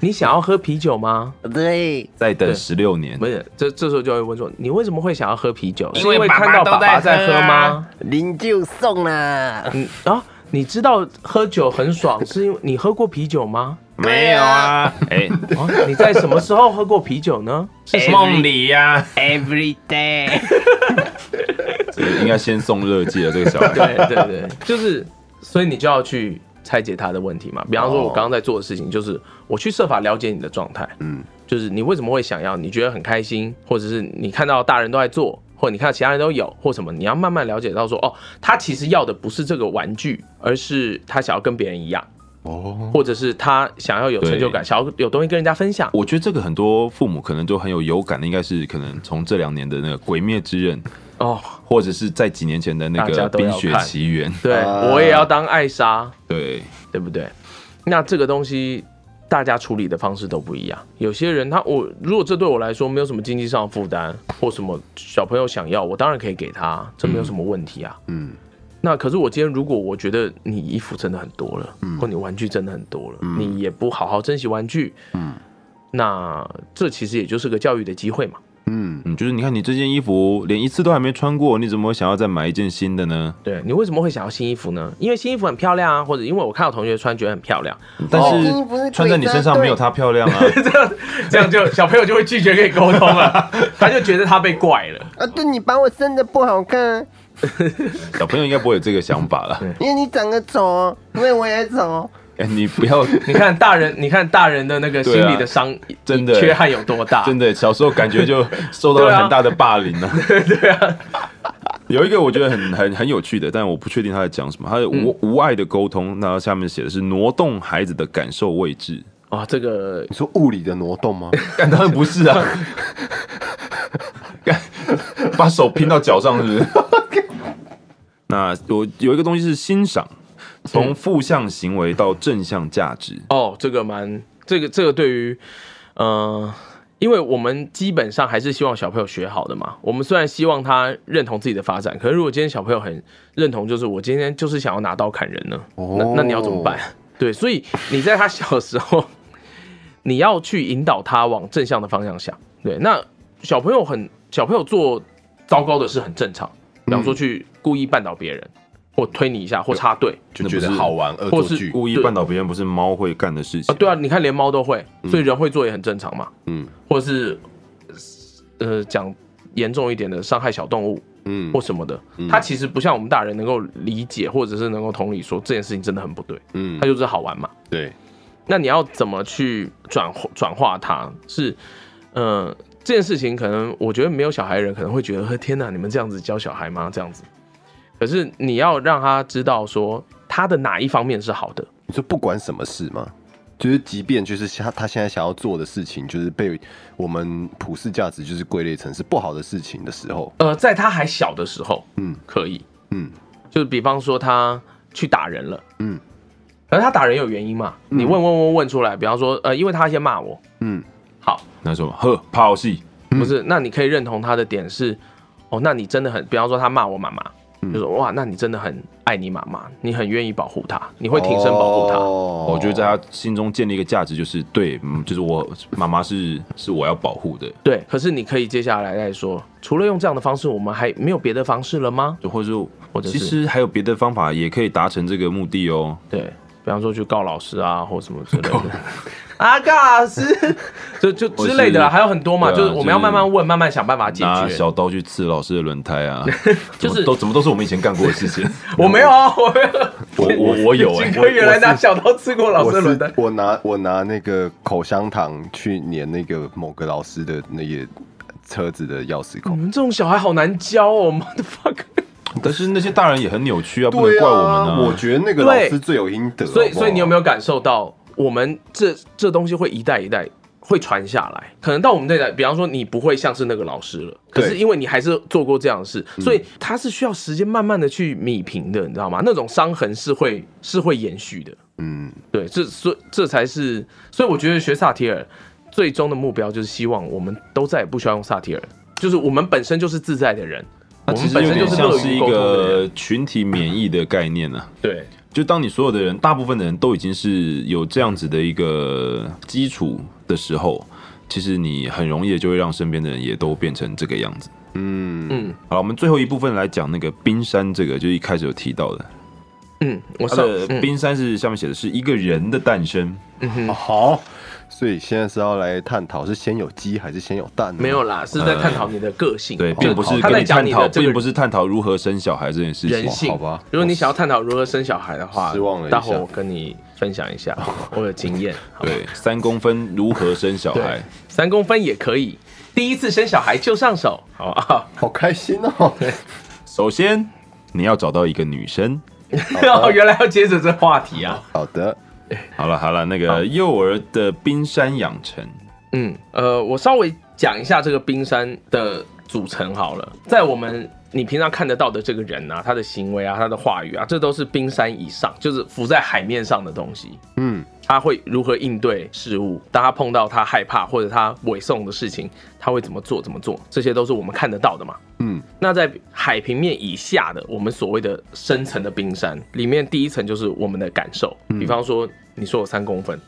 S2: 你想要喝啤酒吗？
S6: 对，
S4: 再等
S2: 对
S4: 十六年
S2: 不，是，这这时候就会问说，你为什么会想要喝啤酒？是
S6: 因为
S2: 因为
S6: 爸爸
S2: 看到
S6: 都
S2: 爸爸
S6: 在
S2: 在
S6: 喝
S2: 喝
S6: 啊
S2: 吗？
S6: 您就送 啦。
S2: 嗯啊，你知道喝酒很爽，是因为你喝过啤酒吗？
S4: 没有啊，哎、
S2: 啊，你在什么时候喝过啤 酒呢？是什么？
S4: 梦里呀、
S6: Every day，
S4: 这个应该先送热戒的这个小孩，
S2: 对对对，就是，所以你就要去拆解他的问题嘛。比方说，我刚刚在做的事情就是，我去设法了解你的状态，嗯，就是你为什么会想要，你觉得很开心，或者是你看到大人都在做，或者你看到其他人都有，或什么，你要慢慢了解到说，哦，他其实要的不是这个玩具，而是他想要跟别人一样，哦，或者是他想要有成就感，想要有东西跟人家分享。
S4: 我觉得这个很多父母可能都很有有感的，应该是可能从这两年的那个《鬼灭之刃》，
S2: 哦，
S4: 或者是在几年前的那
S2: 大
S4: 个
S2: 家
S4: 《
S2: 都要
S4: 冰
S2: 看
S4: 雪奇缘》。
S2: 对、
S5: 啊
S2: 我也要当艾莎。
S4: 对，
S2: 对不对？那这个东西大家处理的方式都不一样。有些人他我如果这对我来说没有什么经济上的负担或什么小朋友想要，我当然可以给他，这没有什么问题啊。
S5: 嗯，
S2: 那可是我今天如果我觉得你衣服真的很多了，
S5: 嗯
S2: 或你玩具真的很多了，你也不好好珍惜玩具，嗯，那这其实也就是个教育的机会嘛。
S5: 嗯，
S4: 嗯，就是你看你这件衣服连一次都还没穿过，你怎么会想要再买一件新的呢？
S2: 对你为什么会想要新衣服呢？因为新衣服很漂亮啊，或者因为我看到同学穿觉得很漂亮，
S4: 但是
S6: 哦不是
S4: 穿在你身上没有它漂 亮啊。
S2: 这样就小朋友就会拒绝跟你沟通 了，他就觉得他被怪了。
S6: 啊，对你把我生的不好看，
S4: 小朋友应该不会有这个想法了。
S6: 因为你长得丑，哦因为我也丑。 哦
S4: 哎、你不要
S2: 你看大人，你看大人的那个心
S4: 对啊
S2: 理的伤，
S4: 真的
S2: 缺憾有多大？
S4: 真的小时候感觉就受到
S2: 对
S4: 了
S2: 啊
S4: 很大的霸凌啊。 对啊。有一个我觉得很很很有趣的，但我不确定他在讲什么。他的无、无爱的沟通，那下面写的是挪动孩子的感受位置。
S2: 啊、这个
S5: 你说物理的挪动吗？
S4: 干 当然不是啊， 干把手拼到脚上是不 是？那我有一个东西是欣赏，从负向行为到正向价值，
S2: 哦，这个蛮，这个这个对于，呃，因为我们基本上还是希望小朋友学好的嘛。我们虽然希望他认同自己的发展，可是如果今天小朋友很认同，就是我今天就是想要拿刀砍人呢，那那你要怎么办？对，所以你在他小时候，你要去引导他往正向的方向想。对，那小朋友很小朋友做糟糕的事很正常，比方说去故意绊倒别人，或推你一下，或插队。
S5: 就觉得好玩，恶
S2: 或
S5: 作
S2: 是
S5: 剧，
S4: 故意
S2: 对
S4: 绊倒别人不是猫会干的事情
S2: 啊，。对啊，你看连猫都会，所以人会做也很正常嘛。
S5: 嗯
S2: 嗯，或者是呃讲严重一点的伤害小动物
S5: 嗯
S2: 或什么的，它其实不像我们大人能够理解，或者是能够同理说这件事情真的很不对，
S5: 嗯
S2: 它，就是好玩嘛。
S5: 对，
S2: 那你要怎么去转化转化它？是，呃，这件事情可能我觉得没有小孩的人可能会觉得，呵呃天哪，你们这样子教小孩吗？这样子，可是你要让他知道说他的哪一方面是好的，
S5: 你说不管什么事吗？就是即便就是他他现在想要做的事情，就是被我们普世价值就是归类成是不好的事情的时候，
S2: 呃，在他还小的时候，
S5: 嗯
S2: 嗯，可以，
S5: 嗯
S2: 就是比方说他去打人了，
S5: 嗯
S2: 嗯，可是他打人有原因嘛？你问问问问出来，比方说，呃，因为他先骂我，
S5: 嗯，
S2: 好，
S4: 那什么呵跑戏，
S2: 不是，那你可以认同他的点是，哦，那你真的很，比方说他骂我妈妈，
S5: 嗯
S2: 就说哇，那你真的很爱你妈妈，你很愿意保护她，你会挺身保护她。
S5: 哦
S4: 我觉得在他心中建立一个价值，就是对，嗯就是我妈妈是是我要保护的，
S2: 对，可是你可以接下来再说，除了用这样的方式，我们还没有别的方式了吗？
S4: 就或者
S2: 或
S4: 说，
S2: 者
S4: 其
S2: 是
S4: 实还有别的方法也可以达成这个目的哦。
S2: 对，比方说去告老师啊，或什么之类的。啊，告老师， 就就之类的啦，
S4: 或是
S2: 还有很多嘛，
S4: 对啊
S2: 就是我们要慢慢问，慢慢想办法解
S4: 拿
S2: 决。
S4: 小刀去刺老师的轮胎啊，
S2: 就
S4: 怎么
S2: 是
S4: 都怎么都是我们以前干过的事情。
S2: 我没有 啊，我没有，啊
S4: 我我我有哎、
S2: 金
S4: 欸，
S2: 哥原来拿小刀刺过老
S5: 我
S2: 师的轮胎
S5: 是。我拿我拿那个口香糖去粘那个某个老师的那个车子的钥匙
S2: 你
S5: 孔。
S2: 们这种小孩好难教哦，mother fuck。
S4: 但是那些大人也很扭曲啊，不能
S5: 对
S4: 怪我们啊。
S5: 啊，我觉得那个老师最有应得。
S2: 所以，所以你有没
S5: 有？
S2: 有感受到，我们这这东西会一代一代会传下来？可能到我们这一代，比方说你不会像是那个老师了，可
S5: 对
S2: 是因为你还是做过这样的事，
S4: 嗯
S2: 所以它是需要时间慢慢的去弭平的，你知道吗？那种伤痕是会是会延续的。
S5: 嗯，
S2: 对，这所这才是，所以我觉得学萨提尔最终的目标就是希望我们都再也不需要用萨提尔，就是我们本身就是自在的人，我
S4: 那其
S2: 们
S4: 实
S2: 本
S4: 有
S2: 身就
S4: 点
S2: 是
S4: 像
S2: 乐
S4: 是
S2: 于
S4: 一
S2: 沟通的人。
S4: 个群体免疫的概念呢、啊。
S2: 对，
S4: 就当你所有的人，大部分的人都已经是有这样子的一个基础的时候，其实你很容易地就会让身边的人也都变成这个样子。
S2: 嗯
S4: 好了，我们最后一部分来讲那个冰山，这个就一开始有提到的，
S2: 嗯，我
S4: 它
S2: 上
S4: 的
S2: 嗯
S4: 冰山是下面写的是一个人的诞生，
S5: 好。所以现在是要来探讨是先有鸡还是先有蛋呢？
S2: 没有啦，是在探讨你的个性，
S4: 对，
S2: 就
S4: 并不是
S2: 哦他
S4: 跟
S2: 在
S4: 你
S2: 讲
S4: 探
S2: 你
S4: 讨，
S2: 的这
S4: 并不
S2: 个
S4: 是哦探讨如何生小孩这件事情
S2: 人。性。
S5: 好吧
S2: 如果你想要探讨如何生小孩的话，
S5: 失望了一下
S2: 待会我跟你分享一下 我的经验。好吧
S4: 对，三公分如何生小孩
S2: 对？，三公分也可以，第一次生小孩就上手，哦好吧？
S5: 好开心哦！
S4: 首先，你要找到一个女生。
S2: 哦，原来要接着这话题啊。
S5: 好的，
S4: 好了好了，那个幼儿的冰山养成，
S2: 嗯，呃，我稍微讲一下这个冰山的组成好了。在我们你平常看得到的这个人啊，他的行为啊，他的话语啊，这都是冰山以上，就是浮在海面上的东西。
S5: 嗯，
S2: 他会如何应对事物？当他碰到他害怕或者他委送的事情，他会怎么做？怎么做？这些都是我们看得到的嘛。
S5: 嗯，
S2: 那在海平面以下的，我们所谓的深层的冰山里面，第一层就是我们的感受。比方说，你说我三公分，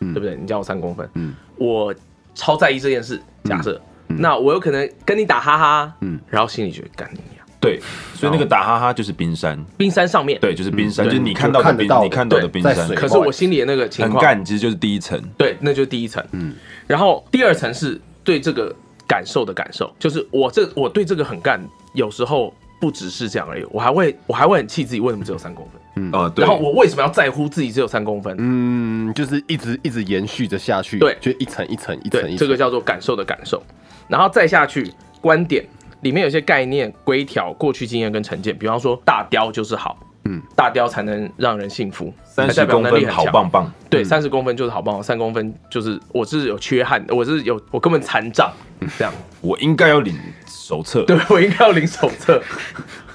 S5: 嗯
S2: 对不对？你叫我三公分，
S5: 嗯，
S2: 我超在意这件事。假设，那我有可能跟你打哈哈，
S5: 嗯，
S2: 然后心里觉得干你娘，
S4: 对，所以那个打哈哈就是冰山，
S2: 冰山上面，
S4: 对，就是冰山，
S5: 嗯
S4: 就是你看到的冰
S5: 就看得到，的
S4: 你看到的冰
S5: 对在
S4: 山
S5: 水，
S2: 可是我心里的那个情
S4: 很
S2: 况，
S4: 干，其实就是第一层。
S2: 对，那就是第一层。
S5: 嗯，
S2: 然后第二层是对这个感受的感受，就是我这我对这个很干，有时候不只是这样而已，我还会我还会很气自己为什么只有三公分，
S4: 啊，对
S2: 嗯然，后我为什么要在乎自己只有三公分？
S5: 嗯，就是一直一直延续着下去，
S2: 对
S5: 就一层一层一层
S2: 对，
S5: 一层，
S2: 这个叫做感受的感受。然后再下去观点里面有些概念、规条、过去经验跟成见，比方说大雕就是好，
S5: 嗯，
S2: 大雕才能让人信服，
S4: 三
S2: 代
S4: 十
S2: 表
S4: 公
S2: 能力
S4: 分
S2: 很
S4: 好
S2: 强。
S4: 棒棒，
S5: 嗯
S2: 对，三十公分就是好棒，三公分就是我是有缺憾，我是有我根本残障
S5: 嗯
S2: 这样。
S4: 我应该要领手册。
S2: 对我应该要领手册，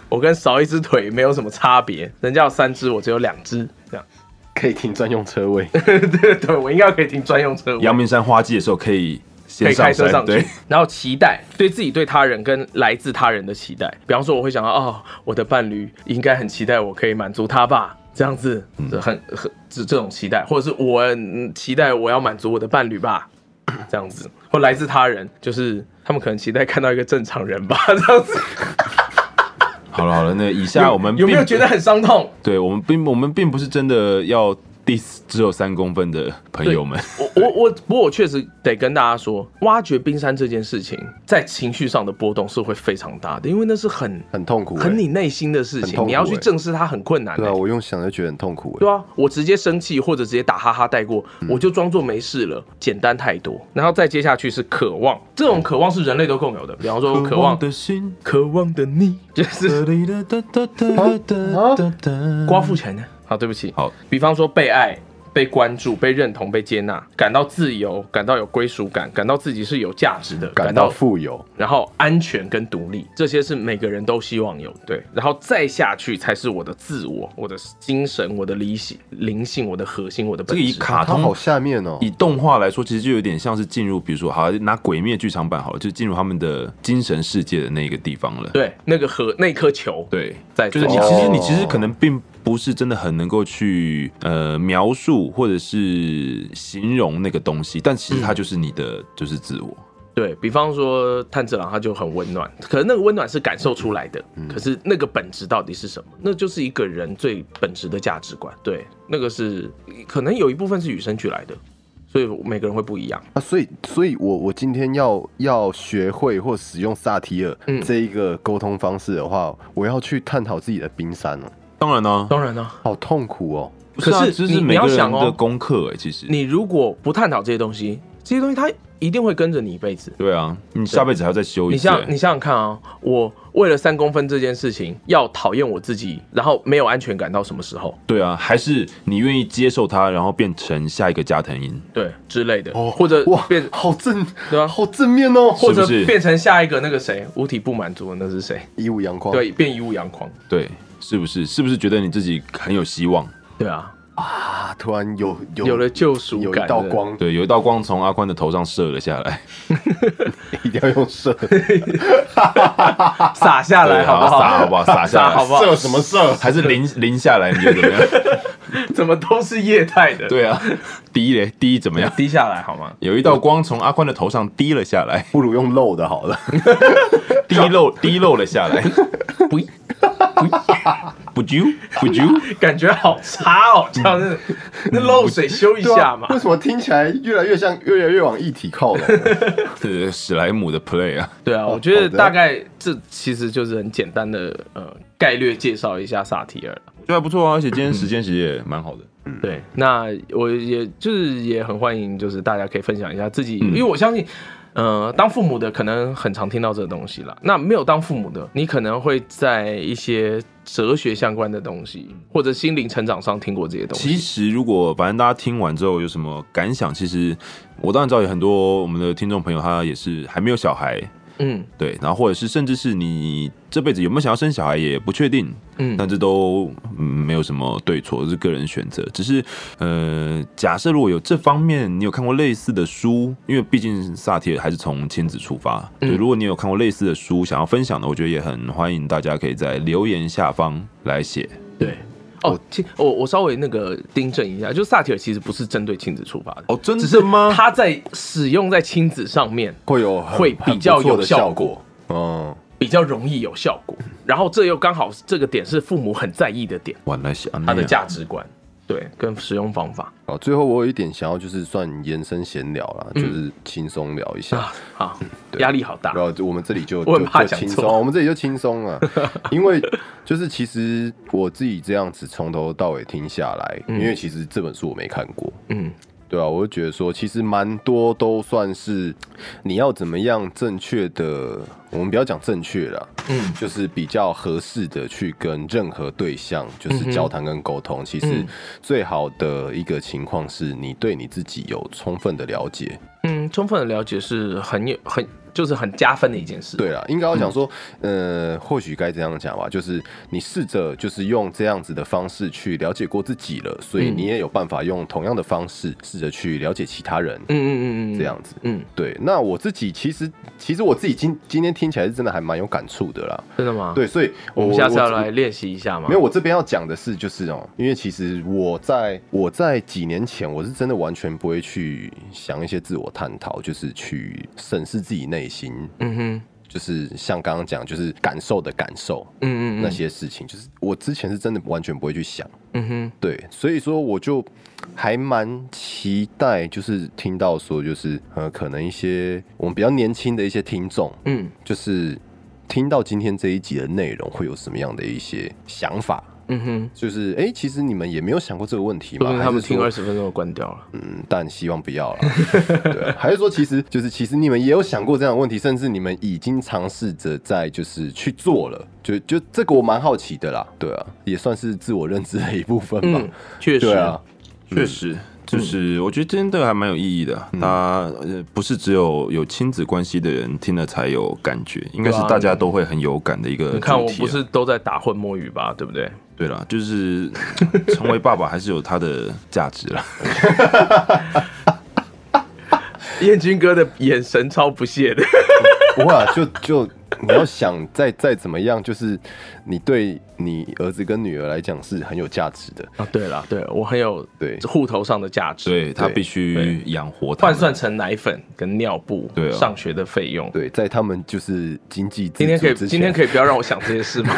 S2: 我跟少一只腿没有什么差别，人家有三只，我只有两只，这样。
S5: 可以停专用车位。
S2: 对对，我应该可以停专用车位
S4: 阳。明山花季的时候可以
S2: 可
S4: 先
S2: 以开
S4: 上
S2: 车
S4: 山，
S2: 上
S4: 对
S2: 去，，然后期待对自己、对他人跟来自他人的期待。比方说，我会想到哦，我的伴侣应该很期待我可以满足他吧，这样子，
S4: 嗯
S2: 很很这这种期待，或者是我、嗯期待我要满足我的伴侣吧，这样子，或来自他人，就是他们可能期待看到一个正常人吧，这样子。
S4: 好了好 了，那以下我们
S2: 有有没有
S4: 并不
S2: 觉得很伤痛？
S4: 对我们并我们并不是真的要 diss 只有三公分的朋友们，
S2: 我我我，不过我确实得跟大家说，挖掘冰山这件事情，在情绪上的波动是会非常大的，因为那是很
S5: 很痛苦欸
S2: 很你内心的事
S5: 很
S2: 情，
S5: 痛苦
S2: 你要去
S5: 欸
S2: 正视它很困难、欸。
S5: 对啊，我用想就觉得很痛苦欸。
S2: 对啊，我直接生气或者直接打哈哈带过，
S5: 嗯
S2: 我就装作没事了，简单太多。然后再接下去是渴望，这种渴望是人类都共有的，比方说渴望
S4: 的心，
S2: 渴望的你，
S5: 嗯
S2: 就是啊
S4: 哒哒哒哒哒哒哒
S2: 光付钱呢。好，对不起，
S4: 好，
S2: 比方说被爱、被关注、被认同、被接纳，感到自由，感到有归属感，感到自己是有价值的，
S5: 欸感到富有，
S2: 然后安全跟独立，这些是每个人都希望有的对，然后再下去才是我的自我、我的精神、我的理想、灵性、我的核心、我的
S4: 这
S2: 本
S4: 个以
S2: 质。
S4: 卡
S5: 它
S4: 通
S5: 啊好下面哦，
S2: 嗯
S4: 以动画来说，其实就有点像是进入，比如说，好拿《鬼灭》剧场版好了，就是进入他们的精神世界的那个地方了。
S2: 对，那个核那颗球，
S4: 对，
S2: 在
S4: 就是你
S2: 做
S4: 其实
S5: 哦
S4: 你其实可能并不是真的很能够去呃描述或者是形容那个东西，但其实它就是你的、就是自我。
S2: 对比方说炭治郎他就很温暖，可是那个温暖是感受出来的，
S4: 嗯
S2: 可是那个本质到底是什么？那就是一个人最本质的价值观。对，那个是可能有一部分是与生俱来的，所以每个人会不一样。
S5: 啊，所以，所以我我今天要要学会或使用萨提尔
S2: 嗯
S5: 这一个沟通方式的话，我要去探讨自己的冰山哦，
S4: 当然呢、
S2: 当然呢、啊
S5: 好痛苦哦。
S4: 不啊，
S2: 可是
S4: 这
S2: 你
S4: 是
S2: 你
S4: 每
S2: 要
S4: 个
S2: 想
S4: 人
S2: 哦
S4: 的功课哎、其实
S2: 你如果不探讨这些东西，这些东西它一定会跟着你一辈子。
S4: 对啊，你下辈子还要再修一
S2: 你
S4: 次、
S2: 想
S4: 欸，
S2: 你想想看啊，我为了三公分这件事情要讨厌我自己，然后没有安全感到什么时候？
S4: 对啊，还是你愿意接受它，然后变成下一个加藤鹰？
S2: 对，之类的，哦或者
S5: 哦哇
S2: 变，
S5: 好正，
S2: 对啊
S5: 好正面哦，
S2: 或者
S4: 是不是
S2: 变成下一个那个谁，五体不满足的那是谁？
S5: 一五阳光，，
S2: 对，变一物阳光。
S4: 对，是不是？是不是觉得你自己很有希望？
S2: 对啊，
S5: 啊，突然有有
S2: 有了救赎
S5: 有
S2: 感，
S5: 一道，光，
S4: 对，有一道光从阿宽的头上射了下来，
S5: 一定要 用射，
S2: 洒下来
S4: 对啊
S2: 好不好？
S4: 洒好 不好洒下来
S2: 好不好？
S5: 射什么射？
S4: 还是淋淋下来，你觉得怎么 样？
S2: 怎么都是液态的？，
S4: 对啊，滴嘞，滴怎么样？
S2: 滴下来好吗？
S4: 有一道光从阿宽的头上滴了下来，
S5: 不如用漏的好了。
S4: 滴漏滴漏了 下来，
S2: 不，
S4: 不啾不啾，
S2: 感觉好差哦，这 样子，那漏水修一
S5: 对啊
S2: 下嘛。
S5: 为什么听起来越来越像，越来越往一体 靠拢？
S4: 这呃史莱姆的 play 啊，
S2: 对啊，
S5: 好
S2: 我觉得
S5: 好的
S2: 大概这其实就是很简单的呃概略介绍一下萨提尔了。
S4: 我觉得还不错啊，而且今天时间其实也蛮好的。
S2: 对，那我也就是也很欢迎，就是大家可以分享一下自己，因为我相信。呃，当父母的可能很常听到这个东西啦。那没有当父母的，你可能会在一些哲学相关的东西或者心灵成长上听过这些东
S4: 其
S2: 西。
S4: 实，如果反正大家听完之后有什么感想，其实我当然知道有很多我们的听众朋友，他也是还没有小孩，
S2: 嗯
S4: 对，然后或者是甚至是你这辈子有没有想要生小孩也不确定，
S2: 嗯
S4: 但这都、嗯、没有什么对错，是个人选择。只是呃，假设如果有这方面你有看过类似的书，因为毕竟萨提尔还是从亲子出发，
S2: 嗯
S4: 对，如果你有看过类似的书想要分享的，我觉得也很欢迎大家可以在留言下方来写。
S2: 对。哦，其我我稍微那个订正一下，就萨提尔其实不是针对亲子出发的，
S4: 哦，真
S2: 只是
S4: 的吗？
S2: 它在使用在亲子上面
S5: 会有很
S2: 会比较
S5: 很不错
S2: 有
S5: 的
S2: 效
S5: 效
S2: 果，
S5: 嗯，
S2: 比较容易有效果。然后这又刚好这个点是父母很在意的点，
S5: 嗯
S4: 晚来啊写
S2: 它的价值观，对，跟使用方法
S5: 好，最后我有一点想要，就是算延伸闲聊
S2: 嗯
S5: 啦，就是轻松聊一下。
S2: 啊，好，压力好大
S5: 然，后我们这里 啊就
S2: 我
S5: 就
S2: 很怕
S5: 就
S2: 讲
S5: 轻
S2: 错
S5: 松，我们这里就轻松了， 因为就是其实我自己这样子从头到尾听下来，因为其实这本书我没看过，
S2: 嗯
S5: 对啊，我就觉得说其实蛮多都算是你要怎么样正确的，我们不要讲正确了，
S2: 嗯，
S5: 就是比较合适的去跟任何对象就是交谈跟沟通。其实
S2: 嗯
S5: 最好的一个情况是你对你自己有充分的了解，
S2: 嗯，充分的了解是很有很就是很加分的一件事，
S5: 对啦，应该要
S2: 嗯
S5: 讲说，呃，或许该这样讲吧，就是你试着就是用这样子的方式去了解过自己了，所以
S2: 嗯
S5: 你也有办法用同样的方式试着去了解其他人，
S2: 嗯，嗯嗯嗯嗯，
S5: 这样子。
S2: 嗯，
S5: 对，那我自己其实其实我自己今今天听起来是真的还蛮有感触的啦。
S2: 真的吗？
S5: 对，，所以
S2: 我们下次要
S5: 我
S2: 来练习一下嘛，
S5: 没有，我这边要讲的是，就是哦，因为其实我在我在几年前，我是真的完全不会去想一些自我探讨，就是去审视自己内心，
S2: 嗯哼，
S5: 就是像刚刚讲，就是感受的感受
S2: 嗯嗯嗯，
S5: 那些事情，就是我之前是真的完全不会去想。
S2: 嗯哼，
S5: 对，所以说我就还蛮期待，就是听到说，就是呃，可能一些我们比较年轻的一些听众，
S2: 嗯
S5: 就是听到今天这一集的内容，会有什么样的一些想法？
S2: 嗯哼，
S5: 就是哎、诶其实你们也没有想过这个问题
S2: 说
S5: 吗？
S2: 不定
S5: 啊还
S2: 他们
S5: 是
S2: 听
S5: 说
S2: 二十分钟就关掉了，
S5: 嗯，但希望不要了。 对啊，还是说其实就是其实你们也有想过这样的问题，甚至你们已经尝试着在就是去做了，就就这个我蛮好奇的啦。对啊，也算是自我认知的一部分吧。
S2: 嗯，确实嗯
S5: 对啊，
S4: 确实，就是我觉得真的还蛮有意义的啊。大家呃不是只有有亲子关系的人听了才有感觉，应该是
S2: 对啊
S4: 大家都会很有感的一个
S2: 你看
S4: 主
S2: 我
S4: 题
S2: 不
S4: 啊。
S2: 是都在打混摸鱼吧，对不对？
S4: 对啦，就是 成为爸爸还是有他的价值 啦。
S2: 燕军哥的眼神超不屑的，
S5: 不会啊，就就你要想再再怎么样，就是你对你儿子跟女儿来讲是很有价值的。
S2: 啊，对了，对我很有
S5: 对
S2: 户头上的价值，
S4: 对他
S5: 对
S4: 必须养活他
S2: 换
S4: 们，
S2: 算成奶粉跟尿布、
S4: 对啊
S2: 上学的费用。
S5: 对，在他们就是经济
S2: 今天可以，今天可
S5: 以
S2: 以不要让我想这些事吗？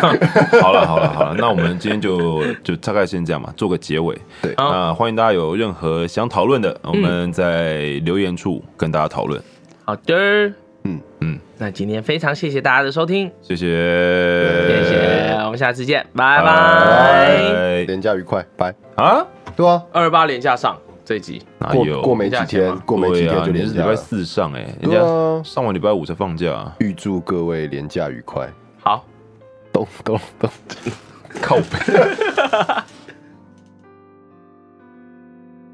S4: 好了好了好了，那我们今天就就大概先这样嘛，做个结尾。
S5: 对
S4: 那、欢迎大家有任何想讨论的，我们在留言处跟大家讨论。
S2: 好的，
S5: 嗯
S4: 嗯，
S2: 那今天非常谢谢大家的收听，
S4: 谢谢，
S2: 谢
S4: 谢
S2: 谢，我们下次见，拜拜。
S4: 拜
S5: 廉价愉快，拜。
S4: 啊，
S5: 对啊，
S2: 二八连假上这一集，
S4: 哪
S5: 过
S4: 有
S5: 过没几
S2: 廉价
S5: 天
S2: 钱吗，
S5: 过没几
S4: 对
S5: 天
S4: 啊
S5: 就
S4: 你
S5: 连
S4: 是礼
S5: 假
S4: 拜
S5: 了。
S4: 四上哎、人
S5: 对啊
S4: 家上完礼拜五才放假，啊
S5: 预祝各位廉价愉快，
S2: 好。
S5: 咚咚咚。
S4: 靠背。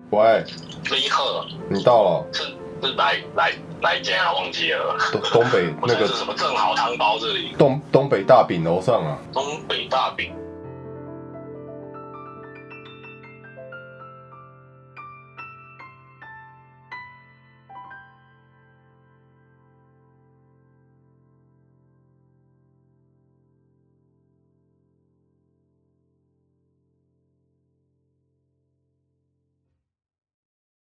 S5: 喂，
S1: 你好，
S5: 你到了
S1: 是是哪哪哪一家啊？忘记了，
S5: 东东北
S1: 我记得是什么正好汤包这里，
S5: 东东北大饼楼上啊。
S1: 东北大饼。